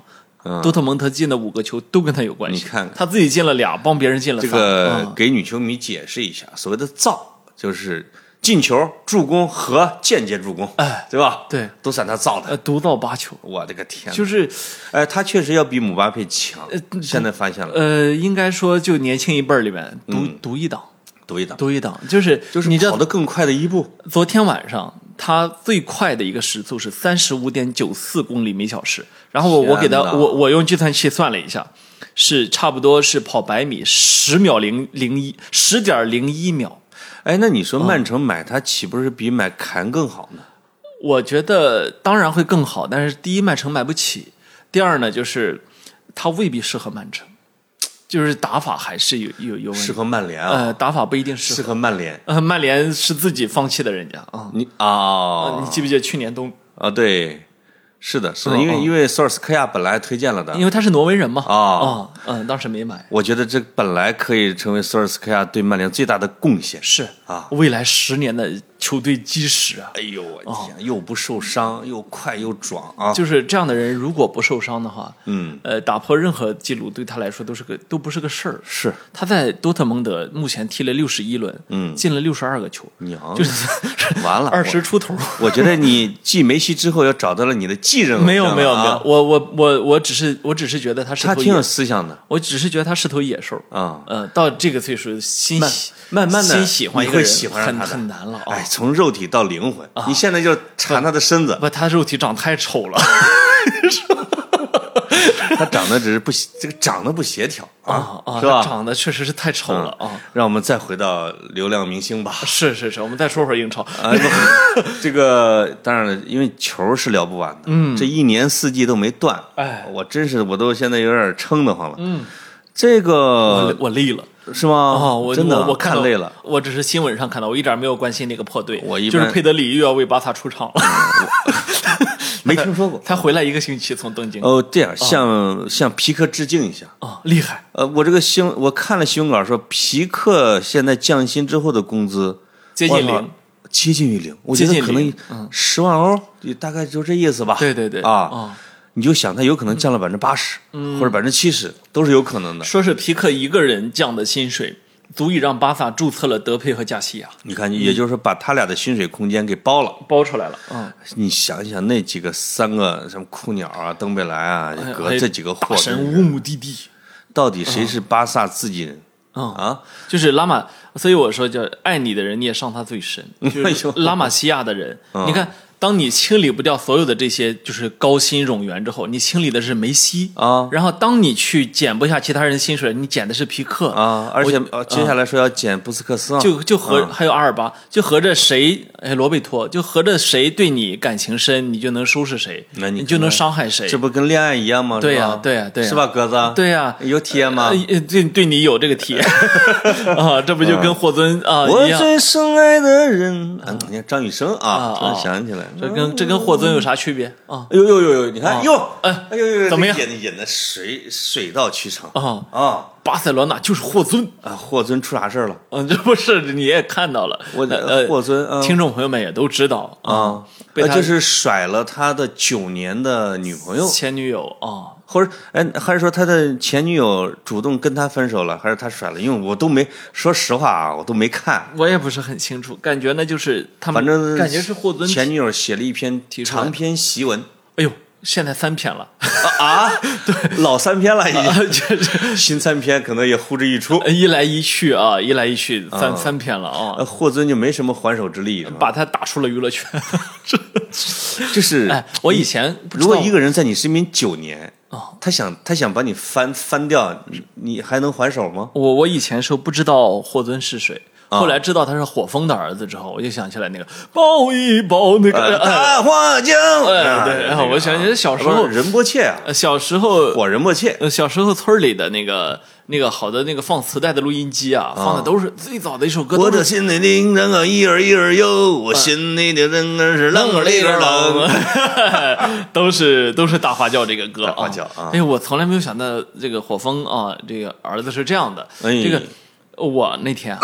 Speaker 2: 多特蒙德进的五个球都跟他有关
Speaker 1: 嗯
Speaker 2: 系，
Speaker 1: 你看看
Speaker 2: 他自己进了俩，帮别人进了
Speaker 1: 这
Speaker 2: 仨。
Speaker 1: 个
Speaker 2: 嗯
Speaker 1: 给女球迷解释一下，所谓的造就是进球、助攻和间接助攻，
Speaker 2: 哎，
Speaker 1: 对吧？
Speaker 2: 对，
Speaker 1: 都算他造
Speaker 2: 呃，
Speaker 1: 的。
Speaker 2: 独造八球，
Speaker 1: 我的个天哪！
Speaker 2: 就是
Speaker 1: 哎，他确实要比姆巴佩强，现在发现了，
Speaker 2: 呃，应该说就年轻一辈儿里面独、独一档，
Speaker 1: 赌一档，
Speaker 2: 独一档，就是
Speaker 1: 嗯就是
Speaker 2: 你知道
Speaker 1: 跑得更快的一步。
Speaker 2: 昨天晚上他最快的一个时速是三十五点九四公里每小时，然后我
Speaker 1: 天哪
Speaker 2: 我给他我我用计算器算了一下，是差不多是跑百米十秒零零一十点零一秒。
Speaker 1: 哎，那你说
Speaker 2: 嗯
Speaker 1: 曼城买他岂不是比买坎更好呢？
Speaker 2: 我觉得当然会更好，但是第一曼城买不起，第二呢就是他未必适合曼城，就是打法还是有有有问
Speaker 1: 适
Speaker 2: 题，
Speaker 1: 合曼联啊，
Speaker 2: 呃，打法不一定
Speaker 1: 适
Speaker 2: 适合。
Speaker 1: 合曼联。
Speaker 2: 呃，曼联是自己放弃的人家啊、
Speaker 1: 你啊
Speaker 2: 你记不记得去年冬，
Speaker 1: 啊，对，是的，是的，因为因为索尔斯克亚本来推荐了的
Speaker 2: 嗯因，为他是挪威人嘛，啊、
Speaker 1: 哦
Speaker 2: 嗯，当时没买。
Speaker 1: 我觉得这本来可以成为索尔斯克亚对曼联最大的贡献。
Speaker 2: 是
Speaker 1: 啊，
Speaker 2: 未来十年的球队基石啊。
Speaker 1: 哎呦我天，又不受伤，又快又壮啊！
Speaker 2: 就是这样的人，如果不受伤的话，
Speaker 1: 嗯，
Speaker 2: 呃，打破任何记录对他来说都是个都不是个事儿。
Speaker 1: 是
Speaker 2: 他在多特蒙德目前踢了六十一轮，
Speaker 1: 嗯
Speaker 2: 进了六十二个球，
Speaker 1: 娘，
Speaker 2: 就是
Speaker 1: 完了
Speaker 2: 二十出头。
Speaker 1: 我觉得你继梅西之后，又找到了你的继任偶像
Speaker 2: 没有没有
Speaker 1: 了啊
Speaker 2: 没有，，我我我我只是我只是觉得他是
Speaker 1: 他
Speaker 2: 头
Speaker 1: 挺有
Speaker 2: 野，
Speaker 1: 思想的
Speaker 2: 我只是觉得他是头野兽。
Speaker 1: 啊。
Speaker 2: 呃，到这个岁数，心喜
Speaker 1: 慢慢的，
Speaker 2: 心喜欢一
Speaker 1: 你
Speaker 2: 个
Speaker 1: 会
Speaker 2: 人
Speaker 1: 喜欢上
Speaker 2: 很
Speaker 1: 他的
Speaker 2: 很难了啊。
Speaker 1: 哎，从肉体到灵魂，
Speaker 2: 啊
Speaker 1: 你现在就馋他的身子，
Speaker 2: 不，他肉体长得太丑了
Speaker 1: 他长得只是不协这个长得不协调
Speaker 2: 啊
Speaker 1: 啊
Speaker 2: 啊，
Speaker 1: 是
Speaker 2: 他
Speaker 1: 吧？嗯
Speaker 2: 长得确实是太丑了啊。
Speaker 1: 让我们再回到流量明 星吧。
Speaker 2: 是是是，我们再说会儿英超。
Speaker 1: 啊，不这个当然了，因为球是聊不完的，嗯，这一年四季都没断，
Speaker 2: 哎，
Speaker 1: 我真是我都现在有点撑得慌了，嗯，这个
Speaker 2: 我累了
Speaker 1: 是吗？
Speaker 2: 啊！我
Speaker 1: 真的
Speaker 2: 我我看
Speaker 1: 看
Speaker 2: 到
Speaker 1: 累了，，
Speaker 2: 我只是新闻上看到，我一点没有关心那个破队。
Speaker 1: 我一
Speaker 2: 就
Speaker 1: 般嗯
Speaker 2: 是佩德里又要为巴萨出场了，
Speaker 1: 没听说 过。
Speaker 2: 才回来一个星期从东京
Speaker 1: 哦，这样向向皮克致敬一下。
Speaker 2: 啊，厉害
Speaker 1: 呃，我这个新我看了新闻稿说，皮克现在降薪之后的工资
Speaker 2: 接近
Speaker 1: 我靠
Speaker 2: 零。
Speaker 1: 接近于零，我觉
Speaker 2: 接
Speaker 1: 得
Speaker 2: 近
Speaker 1: 可能
Speaker 2: 零嗯
Speaker 1: 十万欧，也大概就这意思吧。
Speaker 2: 对嗯对对
Speaker 1: 啊，你就想它有可能降了百分之八十，或者百分之七十，都是有可能的。
Speaker 2: 说嗯是皮克一个人降的薪水，足以让巴萨注册了德佩和加西亚，
Speaker 1: 你看，也就是说把他俩的薪水空间给包了。
Speaker 2: 包出来了。嗯，
Speaker 1: 你想一想，那几个三个什么库鸟啊、登贝莱啊、
Speaker 2: 呃还
Speaker 1: 格
Speaker 2: 有
Speaker 1: 这几个货
Speaker 2: 哎大，神嗯乌姆蒂蒂。
Speaker 1: 到底谁是巴萨自己人
Speaker 2: 嗯
Speaker 1: 啊？
Speaker 2: 就是拉玛，所以我说叫爱你的人，你也伤他 最深。就
Speaker 1: 哎
Speaker 2: 是
Speaker 1: 呦嗯
Speaker 2: 拉玛西亚的人，你看，当你清理不掉所有的这些就是高薪冗员之后，你清理的是梅西
Speaker 1: 啊
Speaker 2: 然后当你去减不下其他人的薪水，你减的是皮克
Speaker 1: 啊！而且呃接下来说要减布斯克斯啊，
Speaker 2: 嗯就就合、还有阿尔巴，就合着谁哎罗贝托，就合着谁对你感情深，你就能收拾谁，
Speaker 1: 那你
Speaker 2: 你就
Speaker 1: 看
Speaker 2: 能
Speaker 1: 看
Speaker 2: 伤害谁。
Speaker 1: 这不跟恋爱一样吗？
Speaker 2: 对
Speaker 1: 是吧
Speaker 2: 呀对呀对呀
Speaker 1: 是吧，格子？
Speaker 2: 对呀
Speaker 1: 有体验吗
Speaker 2: 呃？呃对对你有这个 体验啊，这不就跟霍尊啊
Speaker 1: 我
Speaker 2: 一样？
Speaker 1: 最深爱的人，啊你看张雨生
Speaker 2: 啊
Speaker 1: 啊，突然
Speaker 2: 啊
Speaker 1: 想起来了，
Speaker 2: 这跟这跟霍尊有啥区别啊？
Speaker 1: 哎呦呦呦呦，你看哟，
Speaker 2: 哎
Speaker 1: 哎呦呦呦，
Speaker 2: 怎么样
Speaker 1: 这演演的水水到渠成
Speaker 2: 啊
Speaker 1: 啊
Speaker 2: 巴塞罗那就是霍尊，
Speaker 1: 啊！霍尊出啥事儿了？
Speaker 2: 嗯，这不是你也看到了，
Speaker 1: 我
Speaker 2: 呃，
Speaker 1: 霍尊啊
Speaker 2: 听众朋友们也都知道啊，
Speaker 1: 啊，
Speaker 2: 被
Speaker 1: 呃
Speaker 2: 他
Speaker 1: 就是甩了他的九年的女朋友，
Speaker 2: 前女友啊，
Speaker 1: 或者哎，还是说他的前女友主动跟他分手了，还是他甩了？因为我都没说实话啊，我都没看。
Speaker 2: 我也不是很清楚，感觉呢就是他
Speaker 1: 反
Speaker 2: 们，
Speaker 1: 正
Speaker 2: 感觉是霍尊
Speaker 1: 前女友写了一篇
Speaker 2: 提出来的
Speaker 1: 长篇檄文
Speaker 2: 哎呦，现在三篇了，
Speaker 1: 啊，对， 老三篇了已
Speaker 2: 啊
Speaker 1: 经，
Speaker 2: 就是
Speaker 1: 新三篇可能也呼之欲出。
Speaker 2: 一来一去啊，一来一去三、三篇了啊
Speaker 1: 呃，，霍尊就没什么还手之力，是吧？
Speaker 2: 把他打出了娱乐圈。
Speaker 1: 就是
Speaker 2: 哎，我以前不知
Speaker 1: 如
Speaker 2: 道
Speaker 1: 果一个人在你身边九年
Speaker 2: 哦，
Speaker 1: 他想他想把你翻翻掉，你你还能还手吗？
Speaker 2: 我我以前时候不知道霍尊是谁。
Speaker 1: 啊
Speaker 2: 后来知道他是火风的儿子之后，我就想起来那个抱一抱那个，哎
Speaker 1: 大花江，
Speaker 2: 哎
Speaker 1: 呃啊
Speaker 2: 对，然
Speaker 1: 这
Speaker 2: 后
Speaker 1: 个
Speaker 2: 我想起来小时
Speaker 1: 啊
Speaker 2: 候
Speaker 1: 不是仁波切啊，
Speaker 2: 呃，小时候，
Speaker 1: 我仁波切，
Speaker 2: 呃，小时候村儿里的那个那个好的那个放磁带的录音机啊，放的都是最早的一首歌，
Speaker 1: 我
Speaker 2: 都
Speaker 1: 的
Speaker 2: 是
Speaker 1: 心里铃铛啊，一儿一儿
Speaker 2: 嗯
Speaker 1: 哟，我心里的铃铛是啷个里个啷。
Speaker 2: 都是都是大花轿这个歌啊，
Speaker 1: 大花轿啊
Speaker 2: 哎，我从来没有想到这个火风啊，这个儿子是这样的，
Speaker 1: 哎
Speaker 2: 这个我那天啊。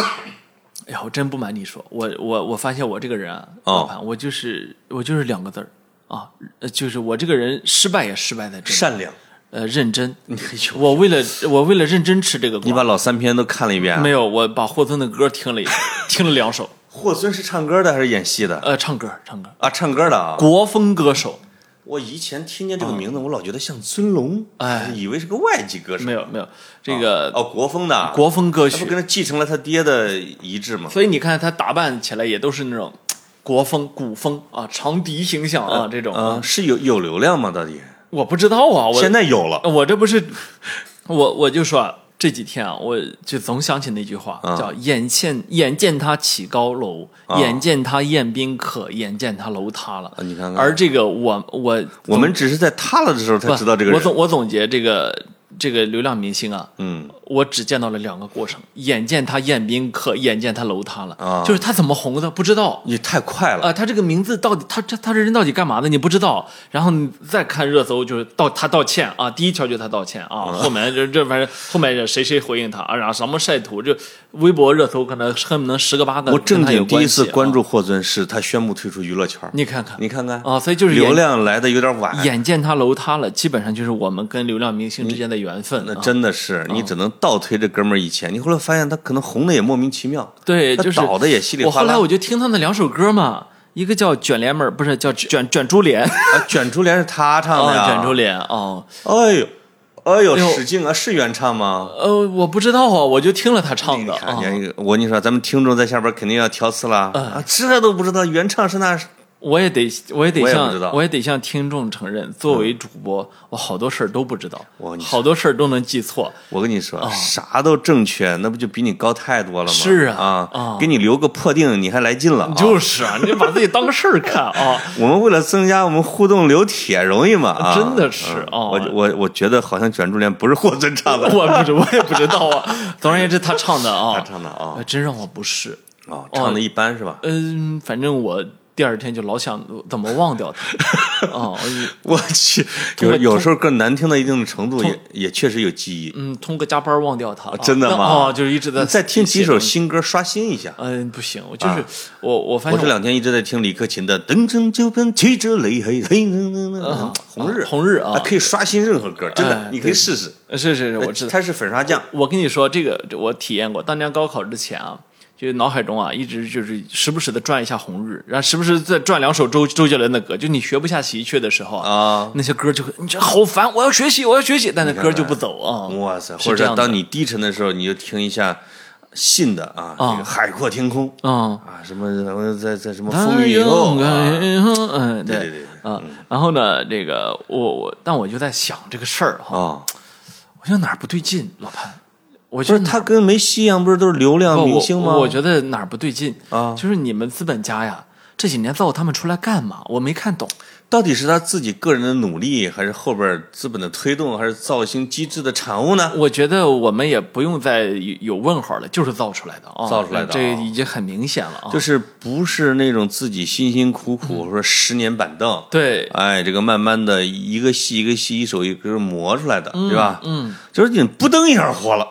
Speaker 2: 哎呀，我真不瞒你说，我我我发现我这个人啊，
Speaker 1: 哦
Speaker 2: 老潘，我就是我就是两个字儿啊，呃就是我这个人失败也失败在这里，
Speaker 1: 善良，
Speaker 2: 呃，认真。 我为了我为了认真吃这个
Speaker 1: 哎
Speaker 2: 瓜，
Speaker 1: 你把老三篇都看了一遍啊
Speaker 2: 没。有，我把霍尊的歌听了一听了两首，
Speaker 1: 霍尊是唱歌的还是演戏的？
Speaker 2: 呃，唱歌唱歌，
Speaker 1: 啊，唱歌的啊。
Speaker 2: 国风歌手
Speaker 1: 我以前听见这个名字，我老觉得像尊龙，
Speaker 2: 啊哎
Speaker 1: 以为是个外籍歌手。
Speaker 2: 没有没有这个、
Speaker 1: 哦，国风的啊
Speaker 2: 国风歌
Speaker 1: 他不
Speaker 2: 曲，
Speaker 1: 跟他继承了他爹的遗志吗？
Speaker 2: 所以你看他打扮起来也都是那种国风古风啊，长笛形象啊这种、
Speaker 1: 啊，是有有流量吗？到底
Speaker 2: 我不知道啊，我
Speaker 1: 现在有了
Speaker 2: 我这不是我我就说啊这几天啊，我就总想起那句话，
Speaker 1: 嗯
Speaker 2: 叫“眼见眼见他起高楼，眼见他宴宾客，眼见他楼塌了”
Speaker 1: 啊你看看
Speaker 2: 而这个我我
Speaker 1: 我们只是在塌了的时候才
Speaker 2: 不
Speaker 1: 知道这个
Speaker 2: 我
Speaker 1: 人。
Speaker 2: 总我总结这个这个流量明星啊，
Speaker 1: 嗯，
Speaker 2: 我只见到了两个过程，眼见他宴宾客，眼见他楼塌了，
Speaker 1: 啊
Speaker 2: 就是他怎么红的不知道。
Speaker 1: 你太快
Speaker 2: 啊、
Speaker 1: 了，
Speaker 2: 他这个名字到底，他他他这人到底干嘛的？你不知道。然后你再看热搜，就是道他道歉啊，第一条就是他道歉
Speaker 1: 嗯
Speaker 2: 啊，后面这这反正后面谁谁回应他啊，然后什么晒图，就微博热搜可能恨不得十个八个
Speaker 1: 我
Speaker 2: 跟
Speaker 1: 正
Speaker 2: 他有
Speaker 1: 经第一
Speaker 2: 关
Speaker 1: 次
Speaker 2: 系啊
Speaker 1: 关注霍尊是他宣布退出娱乐圈，
Speaker 2: 你看看
Speaker 1: 你看看
Speaker 2: 啊，所以就是
Speaker 1: 流
Speaker 2: 眼
Speaker 1: 量来的有点晚，
Speaker 2: 眼见他楼塌了，基本上就是我们跟流量明星之间的缘分
Speaker 1: 那
Speaker 2: 啊。
Speaker 1: 真的是你只能倒推这哥们儿以前，你后来发现他可能红的也莫名其妙，
Speaker 2: 对，
Speaker 1: 他
Speaker 2: 就是
Speaker 1: 倒的也稀里
Speaker 2: 我
Speaker 1: 哗
Speaker 2: 后来
Speaker 1: 啦。
Speaker 2: 我就听他那两首歌嘛，一个叫《卷帘门》，不是叫卷《卷 猪帘》
Speaker 1: 啊卷珠帘是他唱的
Speaker 2: 哦，
Speaker 1: 呀，
Speaker 2: 卷珠帘哦，
Speaker 1: 哎呦，哎呦，
Speaker 2: 哎呦
Speaker 1: 使劲啊，是原唱吗？
Speaker 2: 呃，我不知道啊，我就听了他唱
Speaker 1: 你
Speaker 2: 的
Speaker 1: 看，
Speaker 2: 啊
Speaker 1: 你，看，我跟你说，咱们听众在下边肯定要挑刺了啊，这都不知道原唱是那
Speaker 2: 我也得我也得
Speaker 1: 我也不知
Speaker 2: 向
Speaker 1: 道
Speaker 2: 我也得向听众承认，作为主播，我好多事儿都不知道
Speaker 1: 我跟，你说
Speaker 2: 好多事儿都能记错，
Speaker 1: 我跟你说，啥都正确，那不就比你高太多了吗？
Speaker 2: 是啊
Speaker 1: 啊，
Speaker 2: 啊
Speaker 1: 给你留个破腚，你还来劲了、啊？
Speaker 2: 就是啊，你把自己当事儿看啊，
Speaker 1: 我们为了增加我们互动留帖，容易吗？啊，
Speaker 2: 真的是
Speaker 1: 嗯
Speaker 2: 哦
Speaker 1: 我我我觉得好像卷珠帘不是霍尊唱 的，
Speaker 2: 我不知我也不知道啊，总而言之，他唱的啊，
Speaker 1: 他唱的啊
Speaker 2: 呃，真让我不适。
Speaker 1: 哦，唱的一般是吧？
Speaker 2: 嗯，反正我第二天就老想怎么忘 掉它。哦，
Speaker 1: 我去，
Speaker 2: 通
Speaker 1: 有
Speaker 2: 过
Speaker 1: 有时候更难听到一定的程度也，也确实有记忆。
Speaker 2: 嗯，通过加班忘掉它。啊
Speaker 1: 真的吗
Speaker 2: 哦，就是一直在
Speaker 1: 再听几
Speaker 2: 写
Speaker 1: 首
Speaker 2: 东西。
Speaker 1: 新歌刷新一下。
Speaker 2: 嗯，不行，我就是我，我发
Speaker 1: 我
Speaker 2: 现
Speaker 1: 这两天一直在听李克勤的《登城就奔骑着雷黑黑》，红日
Speaker 2: 啊红日啊
Speaker 1: 还可以刷新任何歌，真的
Speaker 2: 哎，
Speaker 1: 你可以试试。
Speaker 2: 我是是是，我知道。
Speaker 1: 它是粉刷酱，
Speaker 2: 我跟你说，这个这我体验过，当年高考之前啊。就是脑海中啊，一直就是时不时的转一下《红日》，然后时不时再转两首周周杰伦的歌。就你学不下喜鹊的时候
Speaker 1: 啊，
Speaker 2: 那些歌就会你这好烦，我要学习，我要学习，但那歌就不走啊。
Speaker 1: 哇塞！
Speaker 2: 是
Speaker 1: 或
Speaker 2: 这
Speaker 1: 者
Speaker 2: 样的
Speaker 1: 当你低沉的时候，你就听一下信的啊，这个海阔天空
Speaker 2: 嗯，
Speaker 1: 啊，什么在在什么风雨以后啊，
Speaker 2: 嗯，对
Speaker 1: 对对
Speaker 2: 啊，然后呢，这个我我，但我就在想这个事儿哈，
Speaker 1: 啊，
Speaker 2: 我觉得哪儿不对劲，老潘，我觉
Speaker 1: 不是
Speaker 2: 得哪
Speaker 1: 他跟梅西一样，不是都是流量
Speaker 2: 不
Speaker 1: 明星吗？
Speaker 2: 我我觉得哪儿不对劲
Speaker 1: 啊
Speaker 2: 就是你们资本家呀，这几年造他们出来干嘛？我没看懂。
Speaker 1: 到底是他自己个人的努力，还是后边资本的推动，还是造型机制的产物呢？
Speaker 2: 我觉得我们也不用再有有问号了，就是造出来的啊，
Speaker 1: 造出来的啊
Speaker 2: 这已经很明显了啊。嗯
Speaker 1: 就是不是那种自己辛辛苦苦说十年板凳，
Speaker 2: 对，
Speaker 1: 哎，这个慢慢的一个戏一个戏一手一个磨出来的，对吧？嗯，就是你扑腾一下火了，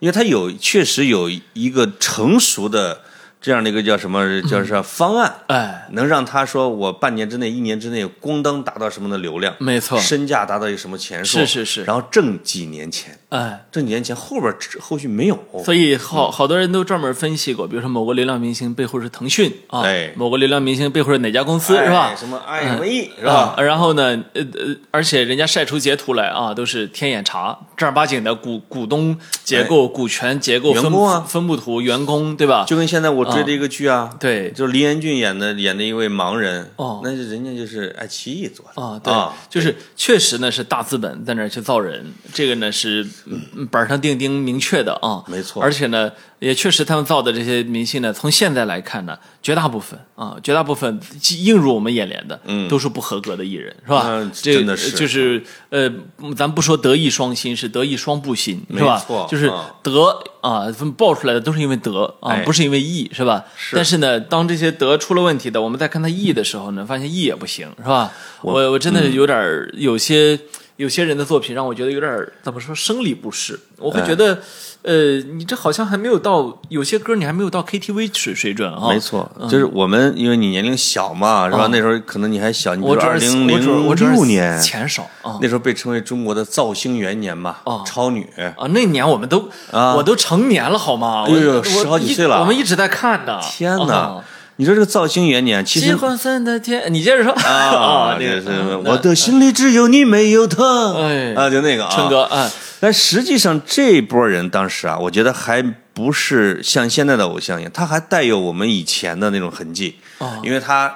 Speaker 1: 因为它有确实有一个成熟的这样的一个叫什
Speaker 2: 嗯
Speaker 1: 么叫啥方案，
Speaker 2: 哎，
Speaker 1: 能让他说我半年之内、一年之内咣当达到什么的流量，
Speaker 2: 没错
Speaker 1: 身价达到一个什么钱数，
Speaker 2: 是是是
Speaker 1: 然后挣几年钱，
Speaker 2: 哎，
Speaker 1: 挣几年钱后边后续没有，
Speaker 2: 所以好好多人都专门分析过，比如说某个流量明星背后是腾讯啊，
Speaker 1: 哎
Speaker 2: 某个流量明星背后是哪家公司、是吧
Speaker 1: 哎？什么 IME、是
Speaker 2: 啊
Speaker 1: 吧？，
Speaker 2: 然后呢，呃呃，而且人家晒出截图来啊，都是天眼查正儿八经的股股东结构、股权结构
Speaker 1: 哎员
Speaker 2: 分
Speaker 1: 工啊
Speaker 2: 分布图、员工对吧？
Speaker 1: 就跟现在我追的一个剧啊，
Speaker 2: 对
Speaker 1: 就是林彦俊演的演的一位盲人，
Speaker 2: 哦
Speaker 1: 那是人家就是爱奇艺做的
Speaker 2: 啊，对，就是确实呢是大资本在那儿去造人，这个呢是嗯板上钉钉明确的啊，
Speaker 1: 没错
Speaker 2: 而且呢，也确实他们造的这些明星呢，从现在来看呢，绝大部分啊，绝大部分映入我们眼帘的，嗯，都是不合格的艺人，是吧？
Speaker 1: 嗯
Speaker 2: 这
Speaker 1: 真的是
Speaker 2: 就是呃，咱不说德艺双馨，是德艺双不馨，是吧？
Speaker 1: 没错
Speaker 2: 就是
Speaker 1: 啊
Speaker 2: 德啊，分爆出来的都是因为德啊，
Speaker 1: 哎
Speaker 2: 不是因为义，是吧？是但是呢，当这些德出了问题的，我们再看它义的时候呢，发现义也不行，是吧？我我真
Speaker 1: 嗯
Speaker 2: 的有点儿有些有些人的作品让我觉得有点儿怎么说生理不适，我
Speaker 1: 哎
Speaker 2: 会觉得，呃，你这好像还没有到有些歌你还没有到 KTV 水水准啊。
Speaker 1: 没，错，就是我们因为你年龄小嘛，是吧？那时候可能你还小，你比
Speaker 2: 哦我
Speaker 1: 如
Speaker 2: 主要
Speaker 1: 二
Speaker 2: 是
Speaker 1: 零
Speaker 2: 我主要我
Speaker 1: 零
Speaker 2: 主要
Speaker 1: 六
Speaker 2: 是
Speaker 1: 年，
Speaker 2: 钱少啊。
Speaker 1: 那时候被称为中国的造星元年嘛，超女。
Speaker 2: 啊，那年我们都，
Speaker 1: 啊
Speaker 2: 我都成年了，好吗？
Speaker 1: 哎呦
Speaker 2: 我
Speaker 1: 十好几
Speaker 2: 我一
Speaker 1: 岁了
Speaker 2: 我们一直在看的。
Speaker 1: 天哪！
Speaker 2: 啊
Speaker 1: 你说这个造星元年，其
Speaker 2: 金
Speaker 1: 实
Speaker 2: 黄色的天，你接着说
Speaker 1: 啊，
Speaker 2: 这
Speaker 1: 这
Speaker 2: 个
Speaker 1: 是
Speaker 2: 嗯
Speaker 1: 我的心里只有你没有他，
Speaker 2: 哎
Speaker 1: 啊，就那个啊，
Speaker 2: 春哥啊，
Speaker 1: 但实际上这波人当时啊，我觉得还不是像现在的偶像一样，他还带有我们以前的那种痕迹，因为他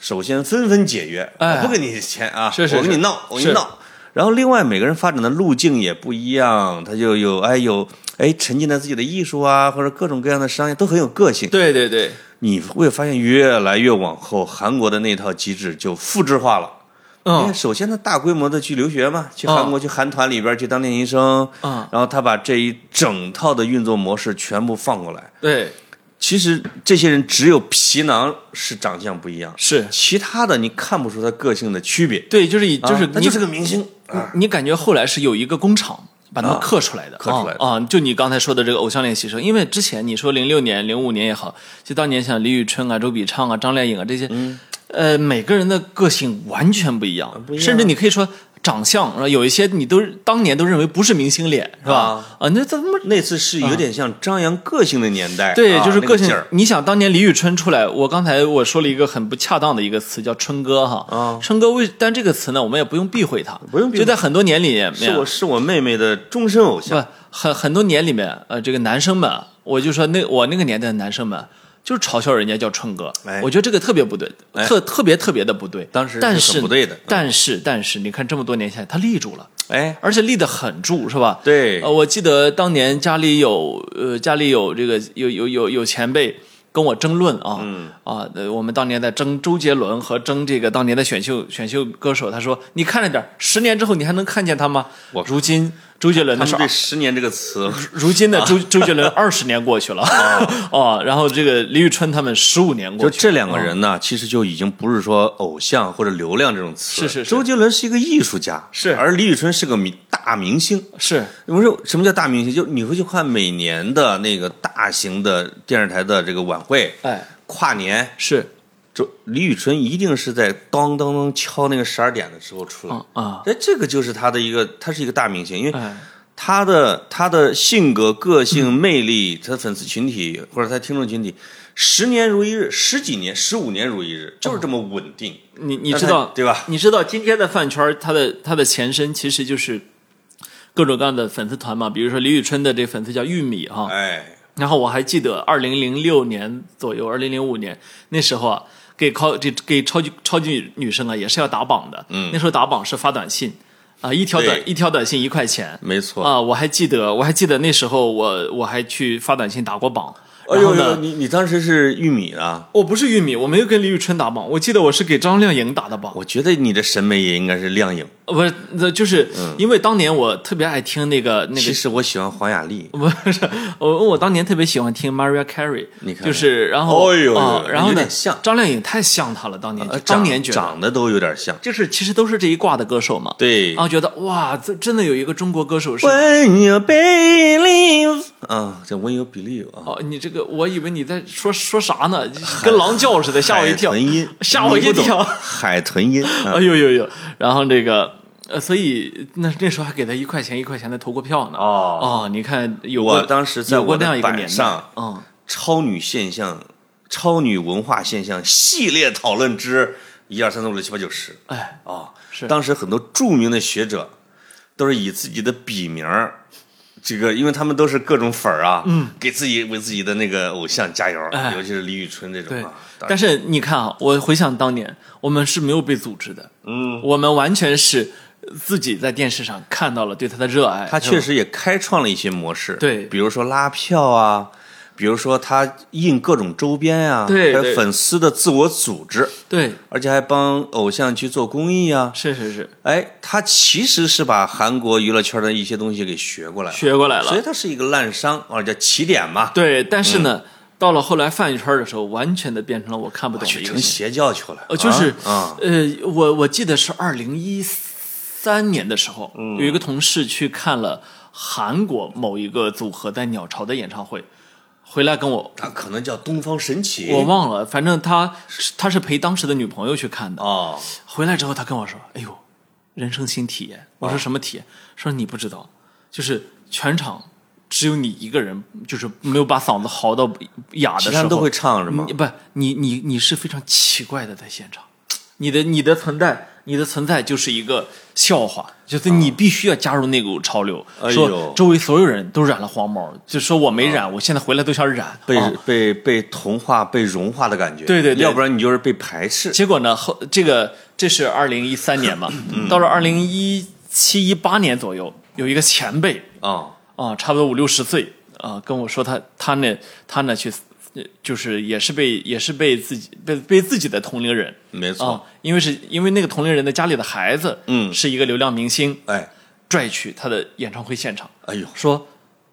Speaker 1: 首先纷纷解约，
Speaker 2: 哦哎
Speaker 1: 我不跟你钱啊，
Speaker 2: 是是
Speaker 1: 我跟
Speaker 2: 是
Speaker 1: 你闹，我跟你
Speaker 2: 是
Speaker 1: 闹。然后另外每个人发展的路径也不一样，他就有哎有哎沉浸在自己的艺术啊，或者各种各样的商业都很有个性。
Speaker 2: 对对对，
Speaker 1: 你会发现越来越往后，韩国的那套机制就复制化了。
Speaker 2: 嗯
Speaker 1: 因为首先他大规模的去留学嘛，去韩国、去韩团里边去当练习生，
Speaker 2: 嗯
Speaker 1: 然后他把这一整套的运作模式全部放过来。
Speaker 2: 对，
Speaker 1: 其实这些人只有皮囊是长相不一样，
Speaker 2: 是，
Speaker 1: 其他的你看不出他个性的区别。
Speaker 2: 对，就是以就是
Speaker 1: 啊他
Speaker 2: 你
Speaker 1: 就是个嗯明星，
Speaker 2: 你你感觉后来是有一个工厂把他们刻出来的，
Speaker 1: 刻出来的
Speaker 2: 啊啊就你刚才说的这个偶像练习生，因为之前你说零六年、零五年也好，就当年像李宇春啊、周笔畅啊、张靓颖啊这些，呃，每个人的个性完全不一样，
Speaker 1: 嗯不一样
Speaker 2: 甚至你可以说长相，然后有一些你都当年都认为不是明星脸，是吧？啊，那怎么？
Speaker 1: 那次是有点像张扬个性的年代，
Speaker 2: 对，
Speaker 1: 啊
Speaker 2: 就是
Speaker 1: 那
Speaker 2: 个性。
Speaker 1: 劲儿。
Speaker 2: 你想，当年李宇春出来，我刚才我说了一个很不恰当的一个词，叫“春哥”哈。
Speaker 1: 啊
Speaker 2: 春哥为，但这个词呢，我们也不用避讳它，
Speaker 1: 不用避讳
Speaker 2: 就在很多年里面，
Speaker 1: 是我是我妹妹的终身偶像，
Speaker 2: 不很很多年里面，呃，这个男生们，我就说那我那个年代的男生们，就是嘲笑人家叫春哥，
Speaker 1: 哎
Speaker 2: 我觉得这个特别不对，
Speaker 1: 哎
Speaker 2: 特特别特别的不对。
Speaker 1: 当时是
Speaker 2: 但
Speaker 1: 很
Speaker 2: 是
Speaker 1: 不对的嗯
Speaker 2: 但是但是，你看这么多年下来，他立住了，
Speaker 1: 哎，
Speaker 2: 而且立得很住，是吧？
Speaker 1: 对
Speaker 2: 呃，我记得当年家里有呃家里有这个有有有有前辈。跟我争论啊、
Speaker 1: 嗯
Speaker 2: 啊、呃我们当年在争周杰伦和争这个当年的选秀选秀歌手，他说：“你看着点儿，十年之后你还能看见他吗？”
Speaker 1: 我
Speaker 2: 如今周杰伦
Speaker 1: 他
Speaker 2: 的事
Speaker 1: 们啊
Speaker 2: 儿
Speaker 1: 对“十年”这个 词，
Speaker 2: 如今的周、周杰伦二十年过去 了， 哦，然后这个李宇春他们十五年过
Speaker 1: 就
Speaker 2: 去了，啊
Speaker 1: 这两个人呢，其实就已经不是说偶像或者流量这种词。
Speaker 2: 是是是
Speaker 1: 周杰伦是一个艺术家，
Speaker 2: 是
Speaker 1: 而李宇春是个明大明星。
Speaker 2: 是
Speaker 1: 我说什么叫大明星？就你会去看每年的那个大型的电视台的这个晚会，
Speaker 2: 哎
Speaker 1: 跨年，
Speaker 2: 是
Speaker 1: 周李宇春一定是在当当当敲那个十二点的时候出来。
Speaker 2: 啊啊，
Speaker 1: 哎，这个就是他的一个，他是一个大明星，因为
Speaker 2: 哎
Speaker 1: 他的他的性格、个性、魅力，他的粉丝群体或者他听众群体，十年如一日，十几年、十五年如一日，就是这么稳定。
Speaker 2: 你哦你
Speaker 1: 那
Speaker 2: 知
Speaker 1: 他
Speaker 2: 道
Speaker 1: 对吧？
Speaker 2: 你知道今天的饭圈儿，它的它的前身其实就是各种各样的粉丝团嘛，比如说李宇春的这粉丝叫玉米哈，
Speaker 1: 哎，
Speaker 2: 然后我还记得二零零六年左右，二零零五年那时候啊，给超这给超级超级女生啊也是要打榜的，嗯，那时候打榜是发短信啊、一条短
Speaker 1: 对哦
Speaker 2: 一条短信一块钱，
Speaker 1: 没错。
Speaker 2: 啊，我还记得，我还记得那时候我我还去发短信打过榜，
Speaker 1: 哎
Speaker 2: 然
Speaker 1: 呦
Speaker 2: 后呢，
Speaker 1: 呦，你你当时是玉米啊？
Speaker 2: 我不是玉米，我没有跟李宇春打榜，我记得我是给张靓颖打的榜，
Speaker 1: 我觉得你的审美也应该是亮颖。
Speaker 2: 呃不是，那就是
Speaker 1: 嗯
Speaker 2: 因为当年我特别爱听那个那个
Speaker 1: 其。实我喜欢黄雅莉。
Speaker 2: 不是，我我当年特别喜欢听 Mariah Carey，
Speaker 1: 你看
Speaker 2: 就是然后，
Speaker 1: 哎呦
Speaker 2: 啊
Speaker 1: 有
Speaker 2: 然后
Speaker 1: 有
Speaker 2: 呢
Speaker 1: 点，像
Speaker 2: 张靓颖太像她了，当年就
Speaker 1: 呃
Speaker 2: 当年觉得哦
Speaker 1: 长长得都有点像，
Speaker 2: 就是其实都是这一挂的歌手嘛，
Speaker 1: 对
Speaker 2: 然。后觉得哇，这真的有一个中国歌手是
Speaker 1: When you believe，啊，叫 When you believe 啊，
Speaker 2: 哦，你这个我以为你在说说啥呢，跟狼叫似的，吓我一跳
Speaker 1: 海。豚音
Speaker 2: 吓我一跳
Speaker 1: 你不懂海豚音，啊
Speaker 2: 哎呦呦呦！然后这个，呃，所以那那时候还给他一块钱一块钱的投过票呢。
Speaker 1: 哦
Speaker 2: 哦，你看有过
Speaker 1: 我当时在
Speaker 2: 有过
Speaker 1: 我
Speaker 2: 那样
Speaker 1: 的
Speaker 2: 一个
Speaker 1: 板
Speaker 2: 年
Speaker 1: 上，
Speaker 2: 代，嗯，
Speaker 1: 超女现象、超女文化现象系列讨论之一二三四五六七八九十
Speaker 2: 哎，
Speaker 1: 啊，
Speaker 2: 是
Speaker 1: 当时很多著名的学者都是以自己的笔名儿。这个，因为他们都是各种粉儿啊，嗯，给自己为自己的那个偶像加油，
Speaker 2: 哎
Speaker 1: 尤其是李宇春这种
Speaker 2: 对
Speaker 1: 啊。当然
Speaker 2: 但是你看啊，我回想当年，我们是没有被组织的，嗯，我们完全是自己在电视上看到了对他的热爱。
Speaker 1: 他
Speaker 2: 是
Speaker 1: 确
Speaker 2: 吧，
Speaker 1: 实也开创了一些模式，
Speaker 2: 对
Speaker 1: 比如说拉票啊，比如说他印各种周边啊，
Speaker 2: 对
Speaker 1: 还
Speaker 2: 对
Speaker 1: 有粉丝的自我组织，
Speaker 2: 对，
Speaker 1: 而且还帮偶像去做公益啊。
Speaker 2: 是是是，
Speaker 1: 哎，他其实是把韩国娱乐圈的一些东西给学过来了，
Speaker 2: 学过来
Speaker 1: 所以
Speaker 2: 了。
Speaker 1: 他是一个烂商啊，叫起点嘛，
Speaker 2: 对，但是呢，
Speaker 1: 嗯
Speaker 2: 到了后来饭圈的时候，完全的变成了我看不懂的
Speaker 1: 去
Speaker 2: 一个
Speaker 1: 啊成邪教去了。
Speaker 2: 呃，就是、
Speaker 1: 啊，啊
Speaker 2: 呃，我我记得是二零一三年的时候，
Speaker 1: 嗯
Speaker 2: 有一个同事去看了韩国某一个组合在鸟巢的演唱会，回来跟我。
Speaker 1: 他可能叫东方神起，
Speaker 2: 我忘了，反正他他是陪当时的女朋友去看的。
Speaker 1: 哦，
Speaker 2: 回来之后，他跟我说：“哎呦，人生新体验。”我
Speaker 1: 哦
Speaker 2: 说：“什么体验？”说你不知道，就是全场只有你一个人，就是没有把嗓子嚎到哑的时
Speaker 1: 其
Speaker 2: 候，
Speaker 1: 他人都会唱是吗
Speaker 2: 你？不，你你你是非常奇怪的，在现场，你的你的存在，你的存在就是一个笑话，就是你必须要加入那股潮流，
Speaker 1: 啊哎呦啊
Speaker 2: 说周围所有人都染了黄毛，就说我没染，我现在回来都想染，
Speaker 1: 被、
Speaker 2: 啊
Speaker 1: 被被同化、被融化的感觉，
Speaker 2: 对对对
Speaker 1: 要不然你就是被排斥。
Speaker 2: 结果呢，后这个这是二零一三年嘛，
Speaker 1: 嗯
Speaker 2: 到了二零一七一八年左右，有一个前辈
Speaker 1: 啊、
Speaker 2: 啊、差不多五六十岁啊、跟我说他他呢他呢去呃就是也是被也是被自己被被自己的同龄人
Speaker 1: 没错，
Speaker 2: 啊，因为是因为那个同龄人的家里的孩子，
Speaker 1: 嗯
Speaker 2: 是一个流量明星，
Speaker 1: 哎，
Speaker 2: 拽去他的演唱会现场，
Speaker 1: 哎呦，
Speaker 2: 说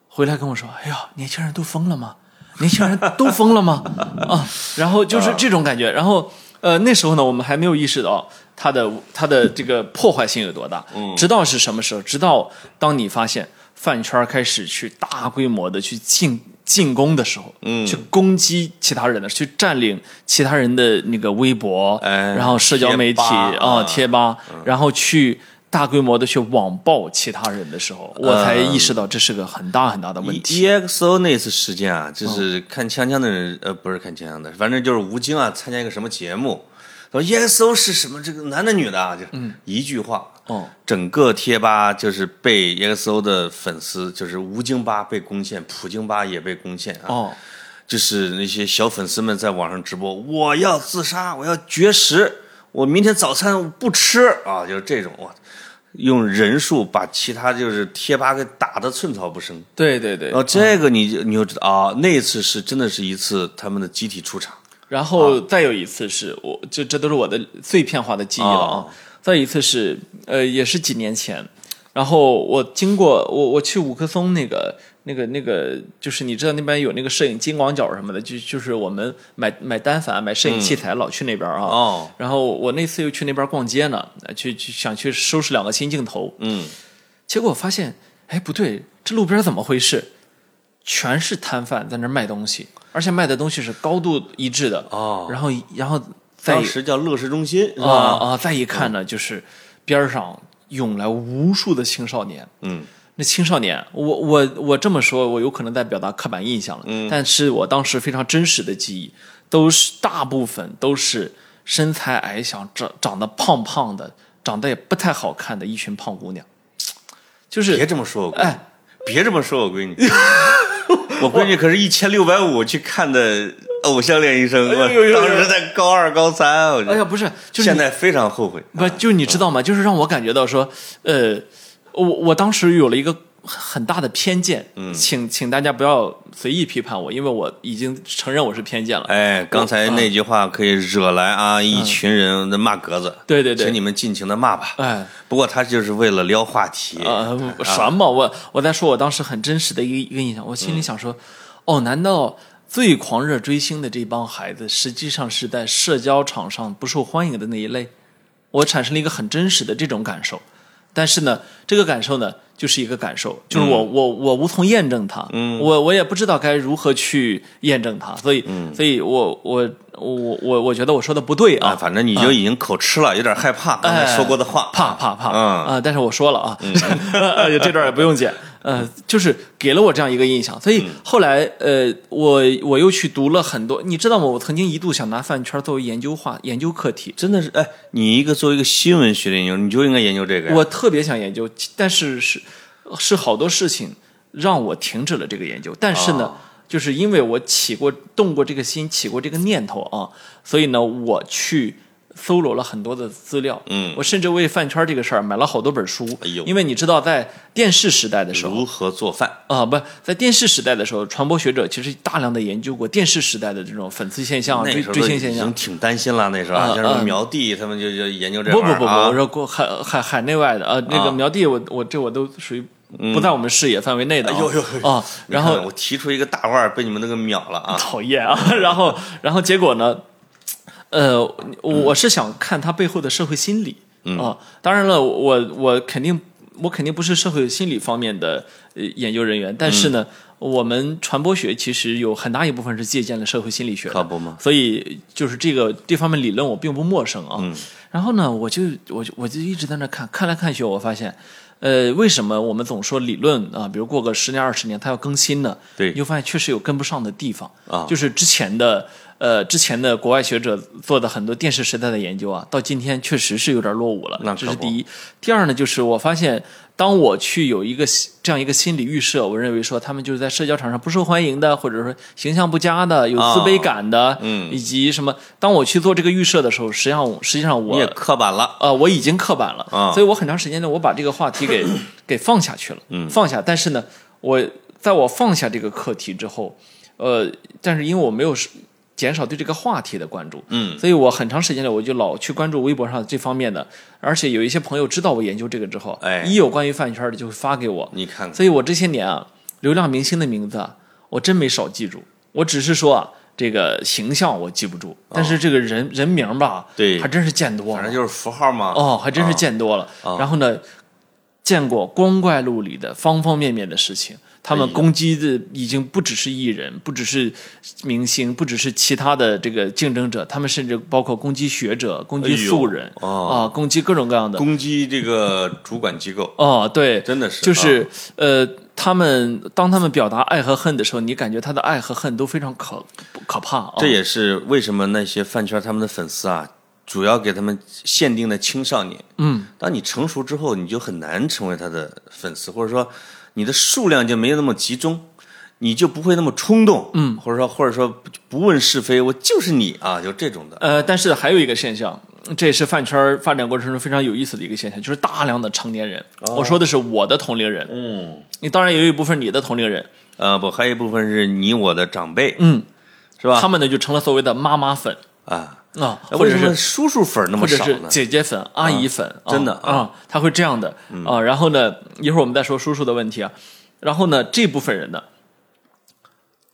Speaker 2: 回来跟我说，哎呀，年轻人都疯了吗？ 年轻人都疯了吗？啊，然后就是这种感觉，然后呃那时候呢，我们还没有意识到它的它的这个破坏性有多大，
Speaker 1: 嗯
Speaker 2: 直到是什么时候？直到当你发现饭圈开始去大规模的去进。进攻的时候，嗯，去攻击其他人的，去占领其他人的那个微博，
Speaker 1: 哎
Speaker 2: 然后社交媒体
Speaker 1: 贴吧
Speaker 2: 啊、贴吧，然后去大规模的去网暴其他人的时候，我才意识到这是个很大很大的问题。
Speaker 1: E X O 那次事件啊，就是看锵锵的人，呃，不是看锵锵的，反正就是吴京啊，参加一个什么节目，说 E X O 是什么？这个男的女的啊，就一句话，
Speaker 2: 嗯哦，
Speaker 1: 整个贴吧就是被 E X O 的粉丝，就是吴京吧被攻陷，普京吧也被攻陷啊。
Speaker 2: 哦，
Speaker 1: 就是那些小粉丝们在网上直播，我要自杀，我要绝食，我明天早餐不吃啊，就是这种哇，用人数把其他就是贴吧给打得寸草不生。
Speaker 2: 对对对
Speaker 1: 然。后这个你就你就知道啊，那次是真的是一次他们的集体出场，
Speaker 2: 然后再有一次是我，就这都是我的碎片化的记忆了啊。再一次是，呃，也是几年前，然后我经过我我去五棵松那个那个那个，就是你知道那边有那个摄影金广角什么的，就就是我们买买单反买摄影器材老去那边啊。
Speaker 1: 哦，
Speaker 2: 然后我那次又去那边逛街呢，呃去去想去收拾两个新镜头，
Speaker 1: 嗯，
Speaker 2: 结果我发现，哎，不对，这路边怎么回事？全是摊贩在那儿卖东西，而且卖的东西是高度一致的。
Speaker 1: 哦
Speaker 2: 然后然后再
Speaker 1: 当
Speaker 2: 一
Speaker 1: 时叫乐视中心是
Speaker 2: 啊啊、
Speaker 1: 吧？
Speaker 2: 再一看
Speaker 1: 嗯
Speaker 2: 呢，就是边儿上涌来无数的青少年。
Speaker 1: 嗯，
Speaker 2: 那青少年，我我我这么说，我有可能在表达刻板印象了，
Speaker 1: 嗯
Speaker 2: 但是我当时非常真实的记忆，都是大部分都是身材矮小、长长得胖胖的、长得也不太好看的一群胖姑娘，就是
Speaker 1: 别这么说我闺女，
Speaker 2: 哎
Speaker 1: 别这么说我闺 女，我闺女可是一千六百五去看的《偶像练习生》，
Speaker 2: 哎呦呦呦
Speaker 1: 我当时在高二高三，我
Speaker 2: 哎呀，不是，就是
Speaker 1: 现
Speaker 2: 你
Speaker 1: 在非常后悔。
Speaker 2: 不就你知道吗？就是让我感觉到说，呃，我我当时有了一个很大的偏见，嗯，请请大家不要随意批判我，因为我已经承认我是偏见了。
Speaker 1: 哎，刚才
Speaker 2: 啊
Speaker 1: 那句话可以惹来啊一群人的骂格子，
Speaker 2: 嗯对对对
Speaker 1: 请你们尽情的骂吧。
Speaker 2: 哎，
Speaker 1: 不过他就是为了撩话题，哎
Speaker 2: 呃，什么？我我在说我当时很真实的一个一个印象，我心里想说，哦，难道最狂热追星的这帮孩子，实际上是在社交场上不受欢迎的那一类？我产生了一个很真实的这种感受，但是呢，这个感受呢，就是一个感受，就是我、我我无从验证它，嗯，我我也不知道该如何去验证它，所以，所以我我我我我觉得我说的不对
Speaker 1: 啊，反正你就已经口吃了，有点害怕刚才说过的话。
Speaker 2: 嗯哎怕怕怕，
Speaker 1: 嗯
Speaker 2: 啊！但是我说了啊， 呃这段也不用剪，呃，就是给了我这样一个印象，所
Speaker 1: 嗯
Speaker 2: 以后来呃，我我又去读了很多，你知道吗？我曾经一度想拿饭圈作为研究话研究课题，
Speaker 1: 真的是哎，你一个作为一个新闻学的研究，你就应该研究这个呀。
Speaker 2: 我特别想研究，但是是是好多事情让我停止了这个研究，但是呢。
Speaker 1: 哦
Speaker 2: 就是因为我起过动过这个心，起过这个念头啊，所以呢，我去搜罗了很多的资料。嗯，我甚至为饭圈这个事儿买了好多本书。
Speaker 1: 哎呦
Speaker 2: 因为你知道，在电视时代的时候，
Speaker 1: 如何做饭？
Speaker 2: 啊、不在电视时代的时候，传播学者其实大量的研究过电视时代的这种粉丝现象、啊
Speaker 1: 那
Speaker 2: 追
Speaker 1: 时候
Speaker 2: 追
Speaker 1: 都
Speaker 2: 星
Speaker 1: 已
Speaker 2: 现象
Speaker 1: 经。挺担心了，那时候啊
Speaker 2: 啊
Speaker 1: 像什么
Speaker 2: 啊
Speaker 1: 苗弟他们就就研究这
Speaker 2: 不
Speaker 1: 玩
Speaker 2: 不
Speaker 1: 意儿
Speaker 2: 不不，
Speaker 1: 啊
Speaker 2: 我说过海海海内外的啊，那个苗地我我这我都属于不在我们视野范围内的啊。
Speaker 1: 嗯哎呦呦呦
Speaker 2: 啊，
Speaker 1: 你
Speaker 2: 然
Speaker 1: 看
Speaker 2: 后
Speaker 1: 我提出一个大腕儿，被你们那个秒了 啊！
Speaker 2: 讨厌啊，然后然后结果呢，呃，
Speaker 1: 嗯
Speaker 2: 我是想看他背后的社会心理啊。当然了，我我肯定我肯定不是社会心理方面的呃研究人员，但是
Speaker 1: 嗯
Speaker 2: 呢。我们传播学其实有很大一部分是借鉴了社会心理学的，
Speaker 1: 可不嘛
Speaker 2: 所以就是这个这方面理论我并不陌生啊。
Speaker 1: 嗯
Speaker 2: 然后呢，我就我就我就一直在那看，看来看去，我发现，呃，为什么我们总说理论啊，比如过个十年二十年它要更新呢？
Speaker 1: 对
Speaker 2: 你就发现确实有跟不上的地方
Speaker 1: 啊
Speaker 2: 就是之前的呃之前的国外学者做的很多电视时代的研究啊，到今天确实是有点落伍了。
Speaker 1: 那
Speaker 2: 这
Speaker 1: 可
Speaker 2: 是
Speaker 1: 不
Speaker 2: 第一。第二呢，就是我发现，当我去有一个心这样一个心理预设，我认为说他们就是在社交场上不受欢迎的，或者说形象不佳的，有自卑感的，嗯，以及什么。当我去做这个预设的时候，实际上实际上我
Speaker 1: 你也刻板了，
Speaker 2: 呃，我已经刻板了，
Speaker 1: 啊嗯
Speaker 2: 所以我很长时间呢，我把这个话题给给放下去了，放下。但是呢，我在我放下这个课题之后，呃，但是因为我没有是减少对这个话题的关注，嗯，所以我很长时间了我就老去关注微博上这方面的，而且有一些朋友知道我研究这个之后，
Speaker 1: 哎
Speaker 2: 一有关于饭圈的就会发给我，
Speaker 1: 你看看，
Speaker 2: 所以我这些年啊，流量明星的名字啊，我真没少记住，我只是说啊。这个形象我记不住，但是这个人、人名吧，
Speaker 1: 哦对
Speaker 2: 还真是见多了。
Speaker 1: 反正就是哦符号嘛。
Speaker 2: 哦，还真是见多了。然后呢，见过光怪陆离的方方面面的事情。他们攻击的已经不只是艺人，不只是明星，不只是其他的这个竞争者，他们甚至包括攻击学者、攻击
Speaker 1: 哎呦
Speaker 2: 素人啊、
Speaker 1: 哦
Speaker 2: 攻击各种各样的。
Speaker 1: 攻击这个主管机构，
Speaker 2: 哦，对，
Speaker 1: 真的是啊
Speaker 2: 就是呃，他们当他们表达爱和恨的时候，你感觉他的爱和恨都非常可可怕啊。
Speaker 1: 这也是为什么那些饭圈他们的粉丝啊，主要给他们限定的青少年。嗯，当你成熟之后，你就很难成为他的粉丝，或者说你的数量就没有那么集中，你就不会那么冲动。嗯，或者说或者说不不问是非，我就是你啊，就这种的。
Speaker 2: 呃，但是还有一个现象，这也是饭圈儿发展过程中非常有意思的一个现象，就是大量的成年人。我说的是我的同龄人，
Speaker 1: 哦嗯，
Speaker 2: 你当然也有一部分你的同龄人，
Speaker 1: 呃，不，还有一部分是你我的长辈。
Speaker 2: 嗯，
Speaker 1: 是吧？
Speaker 2: 他们呢就成了所谓的妈妈粉
Speaker 1: 啊，
Speaker 2: 啊，
Speaker 1: 哎
Speaker 2: 或者
Speaker 1: 为什么
Speaker 2: 是。
Speaker 1: 叔叔粉那
Speaker 2: 或
Speaker 1: 么
Speaker 2: 者
Speaker 1: 少
Speaker 2: 是
Speaker 1: 呢？
Speaker 2: 姐姐粉、阿姨粉，啊
Speaker 1: 真的嗯
Speaker 2: 啊，他会这样的啊。然后呢，一会儿我们再说叔叔的问题啊。然后呢，这部分人呢，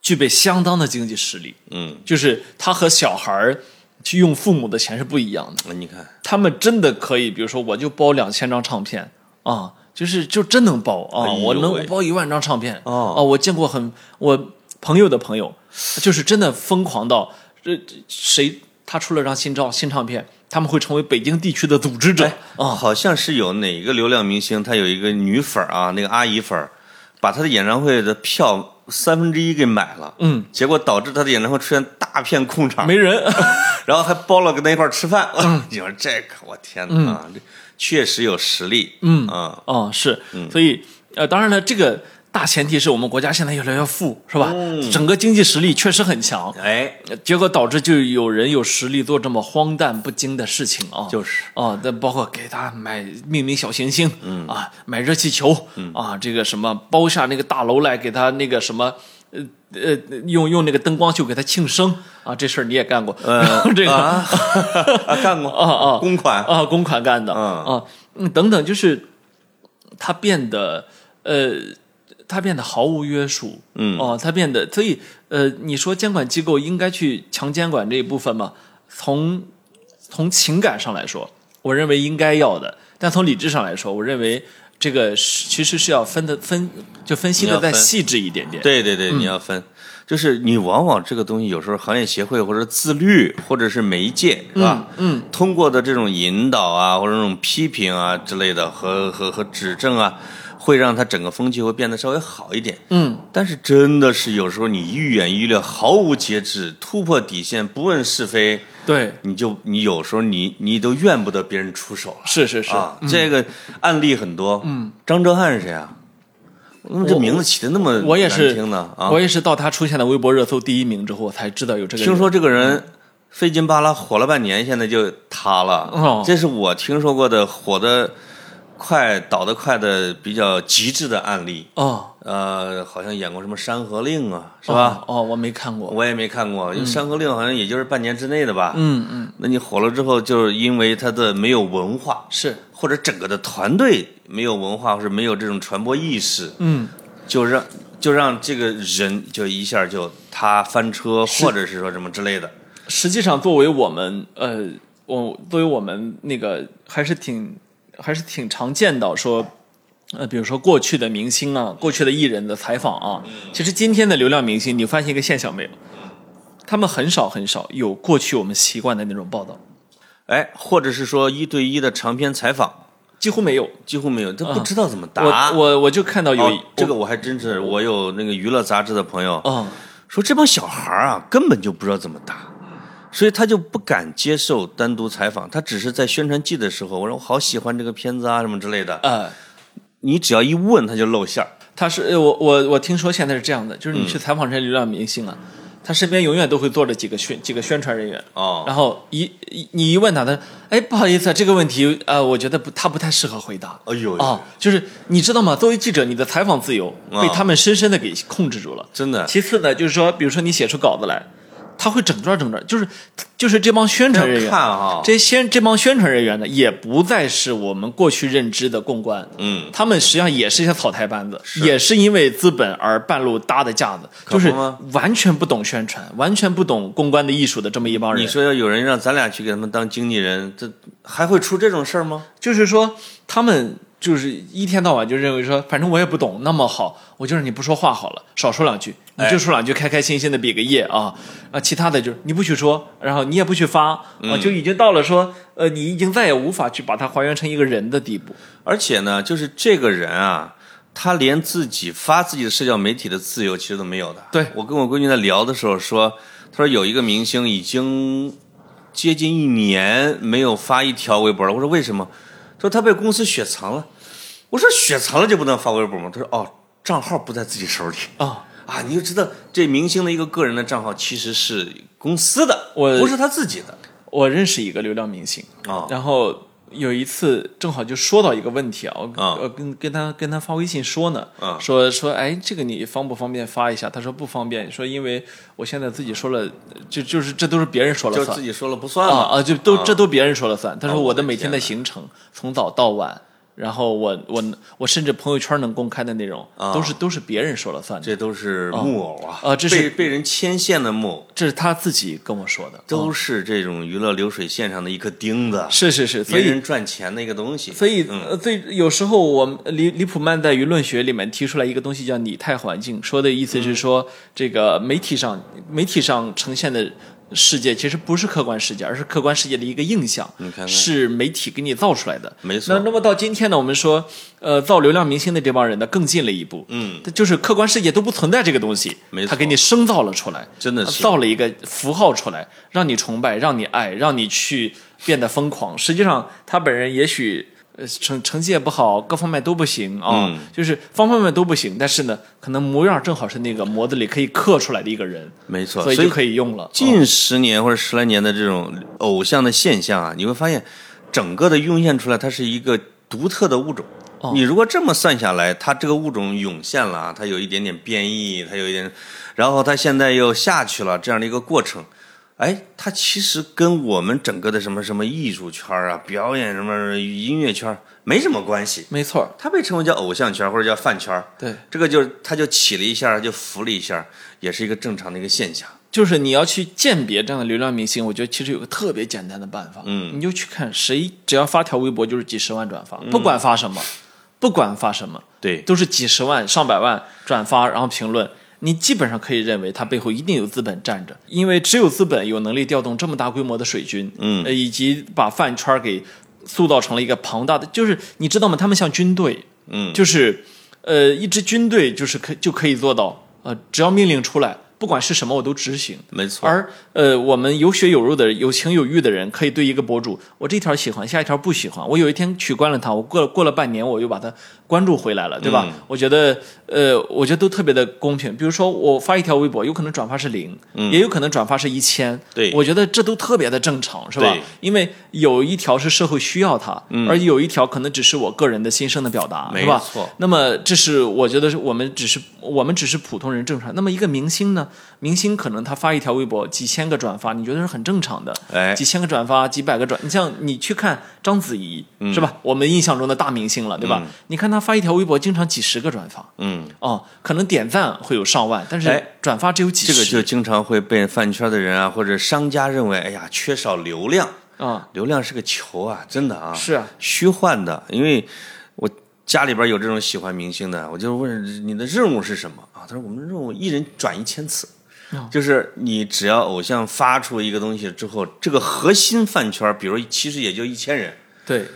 Speaker 2: 具备相当的经济实力，
Speaker 1: 嗯，
Speaker 2: 就是他和小孩儿去用父母的钱是不一样的。
Speaker 1: 你看，
Speaker 2: 他们真的可以，比如说我就包两千张唱片啊，就是就真能包啊，
Speaker 1: 哎呦
Speaker 2: 我能
Speaker 1: 喂
Speaker 2: 包一万张唱片
Speaker 1: 哦
Speaker 2: 啊，我见过很我朋友的朋友，就是真的疯狂到这这谁他出了张新照新唱片，他们会成为北京地区的组织者
Speaker 1: 哦，
Speaker 2: 啊，
Speaker 1: 好像是有哪个流量明星，他有一个女粉儿啊，那个阿姨粉儿，把他的演唱会的票三分之一给买了，
Speaker 2: 嗯，
Speaker 1: 结果导致他的演唱会出现大片空场，
Speaker 2: 没 嗯人
Speaker 1: 然后还包了跟他一块儿吃饭。 你说这个，我天哪，
Speaker 2: 嗯
Speaker 1: 这确实有实力，嗯啊，
Speaker 2: 啊是，所以呃，当然了，这个大前提是我们国家现在越来越富，是吧？
Speaker 1: 嗯
Speaker 2: 整个经济实力确实很强。
Speaker 1: 哎，
Speaker 2: 结果导致就有人有实力做这么荒诞不经的事情啊，
Speaker 1: 就是
Speaker 2: 哦，那包括给他买命名小行星，嗯啊，买热气球，嗯啊，这个什么包下那个大楼来给他那个什么。呃呃，用用那个灯光秀给他庆生啊，这事儿你也干过，
Speaker 1: 呃
Speaker 2: 这个
Speaker 1: 啊啊干 过
Speaker 2: 啊啊
Speaker 1: 公款，
Speaker 2: 啊，公款干的、啊，嗯，等等，就是他变得呃，他变得毫无约束，嗯，哦，他变得，所以呃，你说监管机构应该去强监管这一部分吗？从从情感上来说，我认为应该要的，但从理智上来说，我认为这个是其实是要分的分就分析
Speaker 1: 你
Speaker 2: 的
Speaker 1: 要
Speaker 2: 再
Speaker 1: 分
Speaker 2: 细致一点点，
Speaker 1: 对对对，你要分，就是你往往这个东西有时候行业协会或者自律或者是媒介是吧？嗯，通过的这种引导啊，或者这种批评啊之类的和和和指正啊，会让它整个风气会变得稍微好一点。嗯，但是真的是有时候你愈演愈烈，毫无节制，突破底线，不问是非，
Speaker 2: 对，
Speaker 1: 你就你有时候你你都怨不得别人出手了。
Speaker 2: 是是嗯是，
Speaker 1: 啊，这个案例很多。嗯，张哲瀚是谁啊？那么这名字起的那么
Speaker 2: 我也是
Speaker 1: 难听呢啊！
Speaker 2: 我也是到他出现在微博热搜第一名之后，我才知道有这个人。
Speaker 1: 听说这个
Speaker 2: 嗯
Speaker 1: 人费劲巴拉火了半年，现在就塌了。
Speaker 2: 哦
Speaker 1: 这是我听说过的火的快、倒得快的比较极致的案例。
Speaker 2: 哦，
Speaker 1: 呃，好像演过什么《山河令》啊，是吧？
Speaker 2: 哦？哦，我没看过。
Speaker 1: 我也没看过，因为《山河令》好像也就是半年之内的吧。
Speaker 2: 嗯嗯，
Speaker 1: 那你火了之后，就是因为他的没有文化，
Speaker 2: 是
Speaker 1: 或者整个的团队没有文化，或者没有这种传播意识，
Speaker 2: 嗯，
Speaker 1: 就让就让这个人就一下就他翻车，或者是说什么之类的。
Speaker 2: 实际上作为我们呃，我作为我们那个还是挺还是挺常见到说。呃，比如说过去的明星啊，过去的艺人的采访啊，
Speaker 1: 嗯
Speaker 2: 其实今天的流量明星，你发现一个现象没有？他们很少很少有过去我们习惯的那种报道，
Speaker 1: 哎，或者是说一对一的长篇采访
Speaker 2: 几乎没有。
Speaker 1: 几乎没有，他不知道怎么答。
Speaker 2: 啊我
Speaker 1: 哦
Speaker 2: 我我就看到有、
Speaker 1: 这个我还真是，我有那个娱乐杂志的朋友
Speaker 2: 啊、
Speaker 1: 说，这帮小孩儿啊根本就不知道怎么答。所以他就不敢接受单独采访，他只是在宣传季的时候，我说我好喜欢这个片子啊什么之类的。
Speaker 2: 呃，
Speaker 1: 你只要一问，他就露馅儿。嗯
Speaker 2: 他是呃我我我听说现在是这样的，就是你去采访这些流量明星啊，他身边永远都会坐着几个宣几个宣传人员。
Speaker 1: 哦
Speaker 2: 然后一一你一问他，他说：“哎，不好意思，啊，这个问题呃，我觉得不，他不太适合回答。”
Speaker 1: 哎呦
Speaker 2: 啊，就是你知道吗？作为记者，你的采访自由
Speaker 1: 啊
Speaker 2: 被他们深深的给控制住了。
Speaker 1: 真的
Speaker 2: 其次呢，就是说，比如说你写出稿子来，他会整段整段，就是就是这帮宣传人
Speaker 1: 要
Speaker 2: 员
Speaker 1: 看啊
Speaker 2: 这些这帮宣传人员呢，也不再是我们过去认知的公关，
Speaker 1: 嗯，
Speaker 2: 他们实际上也是一些草台班子，也是因为资本而半路搭的架子，
Speaker 1: 可不
Speaker 2: 就是
Speaker 1: 吗
Speaker 2: 完全不懂宣传，完全不懂公关的艺术的这么一帮人。
Speaker 1: 你说要有人让咱俩去给他们当经纪人，这还会出这种事儿吗？
Speaker 2: 就是说他们就是一天到晚就认为说，反正我也不懂，那么好，我就让你不说话好了，少说两句，
Speaker 1: 哎
Speaker 2: 你就说两句，开开心心的比个耶啊啊，其他的就是你不许说，然后你也不许发
Speaker 1: 嗯
Speaker 2: 啊，就已经到了说，呃，你已经再也无法去把它还原成一个人的地步。
Speaker 1: 而且呢，就是这个人啊，他连自己发自己的社交媒体的自由其实都没有的。
Speaker 2: 对
Speaker 1: 我跟我闺女在聊的时候说，她说有一个明星已经接近一年没有发一条微博了。我说为什么？她说他被公司雪藏了。我说雪藏了就不能发微博吗？她说哦，账号不在自己 手里
Speaker 2: 啊
Speaker 1: 啊。你就知道这明星的一个个人的账号其实是公司的，
Speaker 2: 我
Speaker 1: 不是他自己的
Speaker 2: 我认识一个流量明星，
Speaker 1: 啊。
Speaker 2: 然后有一次正好就说到一个问题啊，我、
Speaker 1: 啊
Speaker 2: 我跟跟他跟他发微信说呢，
Speaker 1: 啊
Speaker 2: 说说哎，这个你方不方便发一下？他说不方便，说因为我现在自己说了，就就是这都是别人说了
Speaker 1: 就
Speaker 2: 算
Speaker 1: 自己说了不算
Speaker 2: 啊
Speaker 1: 嘛
Speaker 2: 啊，就都、这都别人说了算。他说
Speaker 1: 啊我
Speaker 2: 我
Speaker 1: 的
Speaker 2: 的每
Speaker 1: 天
Speaker 2: 天的
Speaker 1: 哪
Speaker 2: 行程从早到晚。然后我我我甚至朋友圈能公开的内容，
Speaker 1: 啊
Speaker 2: 都是都是别人说了算的，
Speaker 1: 这都是木偶啊，
Speaker 2: 啊这是哦
Speaker 1: 被被人牵线的木偶，
Speaker 2: 这是他自己跟我说的。
Speaker 1: 都是这种娱乐流水线上的一颗钉子，
Speaker 2: 是是是，所
Speaker 1: 别
Speaker 2: 以
Speaker 1: 人赚钱的一个东西。嗯
Speaker 2: 所以，呃，最有时候我们李李普曼在舆论学里面提出来一个东西叫拟态环境，说的意思
Speaker 1: 嗯
Speaker 2: 是说，这个媒体上媒体上呈现的世界其实不是客观世界，而是客观世界的一个印象，
Speaker 1: 你看看
Speaker 2: 是媒体给你造出来的。
Speaker 1: 没错
Speaker 2: 那那么到今天呢，我们说，呃，造流量明星的这帮人呢，更进了一步，
Speaker 1: 嗯，
Speaker 2: 就是客观世界都不存在这个东西，
Speaker 1: 没错
Speaker 2: 他给你生造了出来，
Speaker 1: 真的是
Speaker 2: 呃造了一个符号出来，让你崇拜，让你爱，让你去变得疯狂。实际上，他本人也许呃成成绩也不好，各方面都不行啊、
Speaker 1: 嗯
Speaker 2: 就是方方面面都不行。但是呢，可能模样正好是那个模子里可以刻出来的一个人，
Speaker 1: 没错，
Speaker 2: 所以就可以用了。哦
Speaker 1: 近十年或者十来年的这种偶像的现象啊，你会发现，整个的涌现出来，它是一个独特的物种。你如果这么算下来，它这个物种涌现了啊，它有一点点变异，它有一点，然后它现在又下去了，这样的一个过程，哎，它其实跟我们整个的什么什么艺术圈啊、表演什么音乐圈没什么关系。
Speaker 2: 没错儿，
Speaker 1: 它被称为叫偶像圈或者叫饭圈，
Speaker 2: 对，
Speaker 1: 这个就是它就起了一下，就浮了一下，也是一个正常的一个现象。
Speaker 2: 就是你要去鉴别这样的流量明星，我觉得其实有个特别简单的办法，嗯，你就去看谁只要发条微博就是几十万转
Speaker 1: 嗯
Speaker 2: 发，不管发什么，不管发什么，
Speaker 1: 对
Speaker 2: 都是几十万、上百万转发，然后评论。你基本上可以认为它背后一定有资本站着，因为只有资本有能力调动这么大规模的水军，嗯，以及把饭圈儿给塑造成了一个庞大的，就是你知道吗？他们像军队，嗯，就是呃，一支军队就是可就可以做到，呃，只要命令出来，不管是什么我都执行，
Speaker 1: 没错，
Speaker 2: 而呃，我们有血有肉的、有情有欲的人，可以对一个博主，我这条喜欢，下一条不喜欢。我有一天取关了他，我过了过了半年，我又把他关注回来了，对吧？
Speaker 1: 嗯
Speaker 2: 我觉得呃，我觉得都特别的公平。比如说，我发一条微博，有可能转发是零、也有可能转发是一千，
Speaker 1: 嗯对
Speaker 2: 我觉得这都特别的正常，是吧
Speaker 1: 对？嗯
Speaker 2: 因为有一条是社会需要它，而有一条可能只是我个人的心声的表达，
Speaker 1: 没
Speaker 2: 是吧？
Speaker 1: 错
Speaker 2: 那么这是我觉得是我们只是我们只是普通人正常。那么一个明星呢？明星可能他发一条微博几千个转发，你觉得是很正常的。
Speaker 1: 哎
Speaker 2: 几千个转发，几百个转，你像你去看章子怡、
Speaker 1: 嗯
Speaker 2: 是吧？我们印象中的大明星了，对吧？你看她发一条微博，经常几十个转发，
Speaker 1: 嗯，
Speaker 2: 哦，可能点赞会有上万，但是
Speaker 1: 哎
Speaker 2: 转发只有几
Speaker 1: 这
Speaker 2: 十。
Speaker 1: 个就经常会被饭圈的人啊或者商家认为，哎呀，缺少流量，
Speaker 2: 啊、
Speaker 1: 流量是个球啊，真的啊，
Speaker 2: 是啊，
Speaker 1: 虚幻的。因为我家里边有这种喜欢明星的，我就问你的任务是什么啊？他说我们的任务一人转一千次，
Speaker 2: 哦
Speaker 1: 就是你只要偶像发出一个东西之后，这个核心饭圈，比如其实也就一千人，
Speaker 2: 对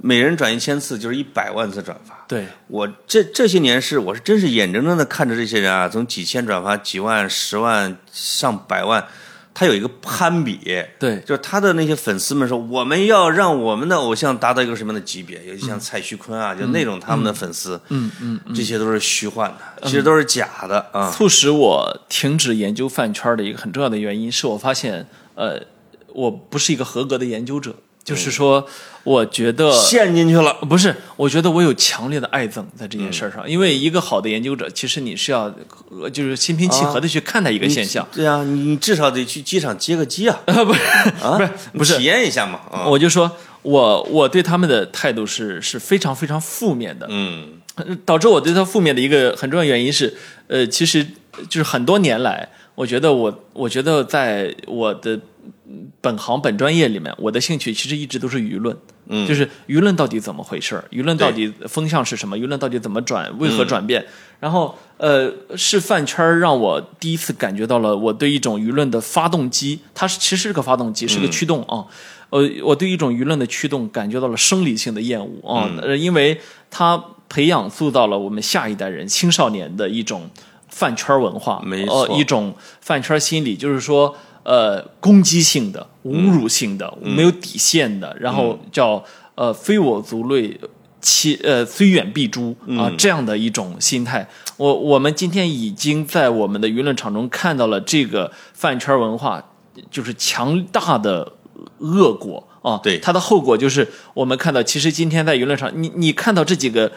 Speaker 1: 每人转一千次就是一百万次转发，
Speaker 2: 对，
Speaker 1: 我这这些年是我是真是眼睁睁的看着这些人啊，从几千转发、几万、十万、上百万，他有一个攀比，
Speaker 2: 对
Speaker 1: 就是他的那些粉丝们说，我们要让我们的偶像达到一个什么样的级别，尤其
Speaker 2: 嗯
Speaker 1: 像蔡徐坤啊，就那种他们的粉丝，嗯嗯，这些都是虚幻的，
Speaker 2: 嗯
Speaker 1: 其实都是假的啊。
Speaker 2: 促使我停止研究饭圈的一个很重要的原因，是我发现，呃，我不是一个合格的研究者，就是说，我觉得
Speaker 1: 陷进去了，
Speaker 2: 不是，我觉得我有强烈的爱憎在这件事儿上，因为一个好的研究者，其实你是要，呃就是心平气和的去看待一个嗯现象。
Speaker 1: 对啊，你至少得去机场接个机啊，
Speaker 2: 啊，不是，
Speaker 1: 啊
Speaker 2: 不是，不是
Speaker 1: 体，验一下嘛啊，
Speaker 2: 我就说我我对他们的态度是是非常非常负面的，
Speaker 1: 嗯
Speaker 2: 导致我对他负面的一个很重要原因是，呃，其实就是很多年来，我觉得我我觉得在我的嗯本行本专业里面，我的兴趣其实一直都是舆论，嗯，就是舆论到底怎么回事儿，舆论到底风向是什么，舆论到底怎么转，为何转变，然后呃，是饭圈儿让我第一次感觉到了我对一种舆论的发动机，它是其实是个发动机，是个驱动啊。呃，我对一种舆论的驱动感觉到了生理性的厌恶啊，
Speaker 1: 嗯
Speaker 2: 呃，因为它培养塑造了我们下一代人青少年的一种饭圈文化，
Speaker 1: 没
Speaker 2: 呃
Speaker 1: 错，
Speaker 2: 一种饭圈心理，就是说，呃，攻击性
Speaker 1: 嗯
Speaker 2: 的、侮辱性的、没有底线的，然后叫呃非我族类。其呃，虽远必诛
Speaker 1: 嗯
Speaker 2: 啊、这样的一种心态，我我们今天已经在我们的舆论场中看到了这个饭圈文化，就是强大的恶果啊。
Speaker 1: 对
Speaker 2: 它的后果就是我们看到，其实今天在舆论上，你你看到这几个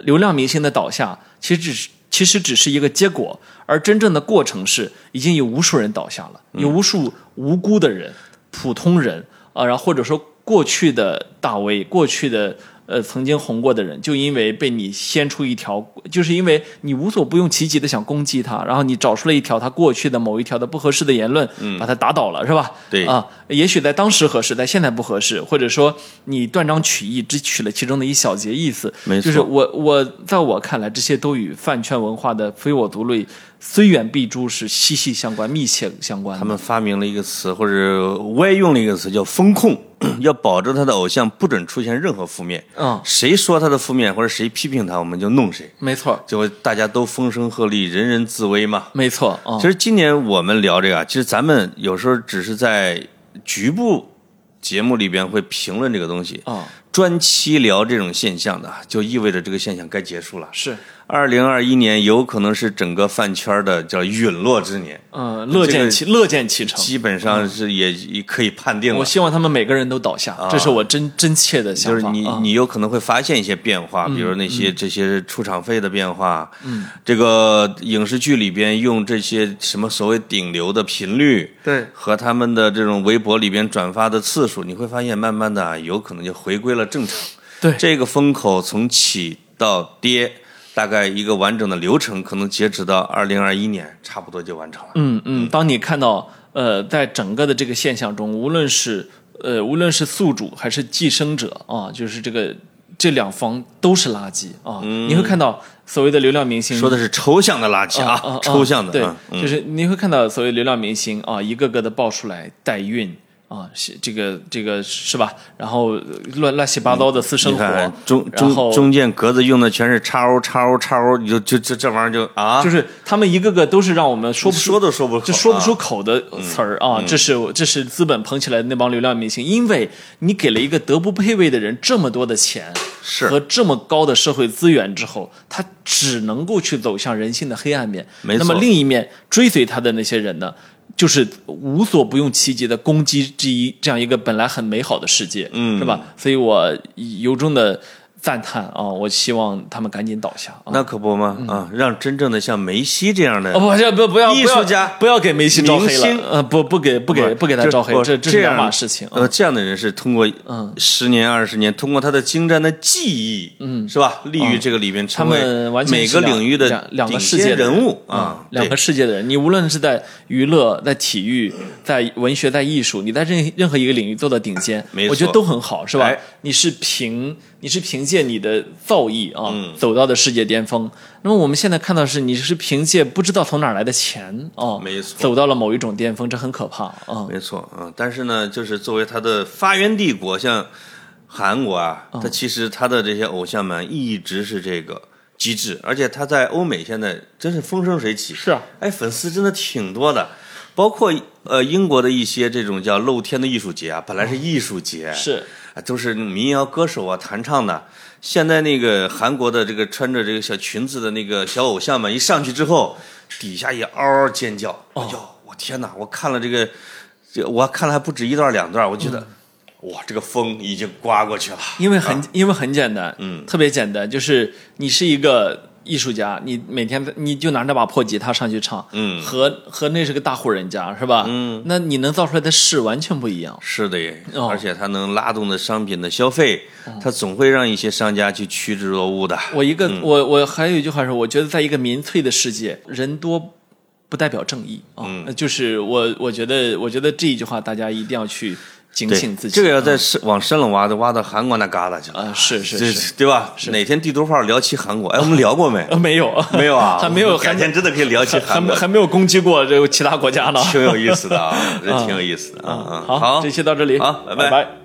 Speaker 2: 流量明星的倒下，其实只是其实只是一个结果，而真正的过程是已经有无数人倒下了，有
Speaker 1: 嗯
Speaker 2: 无数无辜的人、普通人啊，然后或者说过去的大 V、过去的呃曾经红过的人，就因为被你掀出一条，就是因为你无所不用其极的想攻击他，然后你找出了一条他过去的某一条的不合适的言论，把他打倒了，是吧？
Speaker 1: 嗯对
Speaker 2: 啊，也许在当时合适，在现在不合适，或者说你断章取义，只取了其中的一小节意思。
Speaker 1: 没错
Speaker 2: 就是我我在我看来，这些都与饭圈文化的“非我族类，虽远必诛”是息息相关、密切相关
Speaker 1: 他
Speaker 2: 的。
Speaker 1: 们发明了一个词，或者歪用了一个词叫风控， 要保证他的偶像不准出现任何负面，
Speaker 2: 嗯，
Speaker 1: 谁说他的负面或者谁批评他，我们就弄谁，
Speaker 2: 没错，
Speaker 1: 结果大家都风声鹤唳，人人自危嘛。
Speaker 2: 没错啊。
Speaker 1: 其实今年我们聊这个啊，其实咱们有时候只是在局部节目里边会评论这个东西，
Speaker 2: 啊，
Speaker 1: 专期聊这种现象的，就意味着这个现象该结束了。
Speaker 2: 是，
Speaker 1: 二零二一年有可能是整个饭圈的叫陨落之年，
Speaker 2: 嗯，乐
Speaker 1: 这
Speaker 2: 见
Speaker 1: 个
Speaker 2: 其乐见其成。
Speaker 1: 基本上是也也可以判定了
Speaker 2: 嗯我。希望他们每个人都倒下，这是我真真切的想
Speaker 1: 啊就
Speaker 2: 法。嗯
Speaker 1: 是你，
Speaker 2: 啊
Speaker 1: 你有可能会发现一些变化，比如那些、这些出场费的变化，嗯，这个影视剧里边用这些什么所谓顶流的频率，
Speaker 2: 对
Speaker 1: 和他们的这种微博里边转发的次数，你会发现慢慢的啊有可能就回归了正常。
Speaker 2: 对
Speaker 1: 这个风口从起到跌，大概一个完整的流程，可能截止到二零二一年，差不多就完成了。
Speaker 2: 嗯嗯，当你看到呃，在整个的这个现象中，无论是呃，无论是宿主还是寄生者啊，就是这个这两方都是垃圾啊，你会看到所谓的流量明星
Speaker 1: 嗯说的是抽象的垃圾啊，
Speaker 2: 啊啊
Speaker 1: 抽象的，
Speaker 2: 对
Speaker 1: 啊，嗯
Speaker 2: 就是你会看到所谓流量明星啊，一个个的爆出来代孕啊，是这个这个是吧？然后呃乱乱七八糟的私
Speaker 1: 嗯
Speaker 2: 生
Speaker 1: 你
Speaker 2: 活，
Speaker 1: 看中
Speaker 2: 然
Speaker 1: 中
Speaker 2: 后
Speaker 1: 中间格子用的全是叉 O 叉 O 叉 O，你就就这这玩意儿就啊，
Speaker 2: 就是他们一个个都是让我们说不出
Speaker 1: 说都说不好
Speaker 2: 就说不
Speaker 1: 啊嗯
Speaker 2: 出口的词儿啊，这是这是资本捧起来的那帮流量明星，因为你给了一个德不配位的人这么多的钱
Speaker 1: 是
Speaker 2: 和这么高的社会资源之后，他只能够去走向人性的黑暗面。
Speaker 1: 没
Speaker 2: 那么
Speaker 1: 错
Speaker 2: 另一面追随他的那些人呢，就是无所不用其极的攻击这一这样一个本来很美好的世界，嗯，是吧？所以我由衷的赞叹啊，我希望他们赶紧倒下啊。
Speaker 1: 那可不嘛啊，让真正的像梅西这样的
Speaker 2: 哦不，这不不要
Speaker 1: 艺
Speaker 2: 不要
Speaker 1: 术家
Speaker 2: 不要给梅西招黑
Speaker 1: 明
Speaker 2: 了
Speaker 1: 星，
Speaker 2: 呃，不不给不给不给他招黑，
Speaker 1: 我
Speaker 2: 这是两
Speaker 1: 样
Speaker 2: 码事情。
Speaker 1: 呃，这样的人是通过
Speaker 2: 嗯
Speaker 1: 十年二十年，通过他的精湛的技艺，嗯，是吧？立于这个里面，
Speaker 2: 他
Speaker 1: 成为
Speaker 2: 们完全
Speaker 1: 每
Speaker 2: 是
Speaker 1: 个
Speaker 2: 两
Speaker 1: 领域的
Speaker 2: 两两个
Speaker 1: 顶
Speaker 2: 世
Speaker 1: 尖
Speaker 2: 界的
Speaker 1: 人物
Speaker 2: 啊
Speaker 1: 啊，，
Speaker 2: 两个世界的人，你无论是在娱乐、在体育、在文学、在艺术，你在任任何一个领域做到顶尖
Speaker 1: 没，错
Speaker 2: 我觉得都很好，是吧
Speaker 1: 哎？
Speaker 2: 你是凭你是凭借你的造诣啊，
Speaker 1: 嗯
Speaker 2: 走到的世界巅峰。那么我们现在看到是你是凭借不知道从哪儿来的钱啊，
Speaker 1: 没错
Speaker 2: 走到了某一种巅峰，这很可怕啊。
Speaker 1: 没错啊、但是呢，就是作为他的发源帝国，像韩国啊，
Speaker 2: 哦
Speaker 1: 他其实他的这些偶像们一直是这个机制，而且他在欧美现在真是风生水起。
Speaker 2: 是啊，
Speaker 1: 哎，粉丝真的挺多的。包括呃英国的一些这种叫露天的艺术节啊，本来是艺术节，
Speaker 2: 哦是
Speaker 1: 啊，都是民谣歌手啊弹唱的。现在那个韩国的这个穿着这个小裙子的那个小偶像们一上去之后，底下也嗷嗷尖叫。
Speaker 2: 哦
Speaker 1: 哎呦，我天哪！我看了这个，这我看了还不止一段两段，我觉得、
Speaker 2: 嗯
Speaker 1: 哇，这个风已经刮过去了。
Speaker 2: 因为
Speaker 1: 啊
Speaker 2: 很、因为很简单，嗯，特别简单，就是你是一个艺术家，你每天你就拿着把破吉他上去唱，嗯，和和那是个大户人家是吧？嗯，那你能造出来的事完全不一样。
Speaker 1: 是的耶，
Speaker 2: 哦
Speaker 1: 而且它能拉动的商品的消费，它总会让一些商家去趋之若鹜的。
Speaker 2: 我一个、
Speaker 1: 嗯
Speaker 2: 我我还有一句话是，我觉得在一个民粹的世界，人多不代表正义啊、嗯，就是我我觉得我觉得这一句话大家一定要去警
Speaker 1: 对
Speaker 2: 醒自己。嗯
Speaker 1: 这个要再深往深了挖，就挖到韩国那旮沓去了，
Speaker 2: 啊、是是
Speaker 1: 这
Speaker 2: 是，
Speaker 1: 对吧？哪天地图炮聊起韩国？哎，我们聊过没？
Speaker 2: 呃没有
Speaker 1: 没有啊，
Speaker 2: 还没有
Speaker 1: 改
Speaker 2: 还没
Speaker 1: 天真的可以聊起
Speaker 2: 还
Speaker 1: 韩
Speaker 2: 没
Speaker 1: 国，
Speaker 2: 还没有攻击过这个其他国家呢。
Speaker 1: 挺有意思的啊，这挺有意思的啊。啊
Speaker 2: 好，这期到这里，
Speaker 1: 好拜拜
Speaker 2: 拜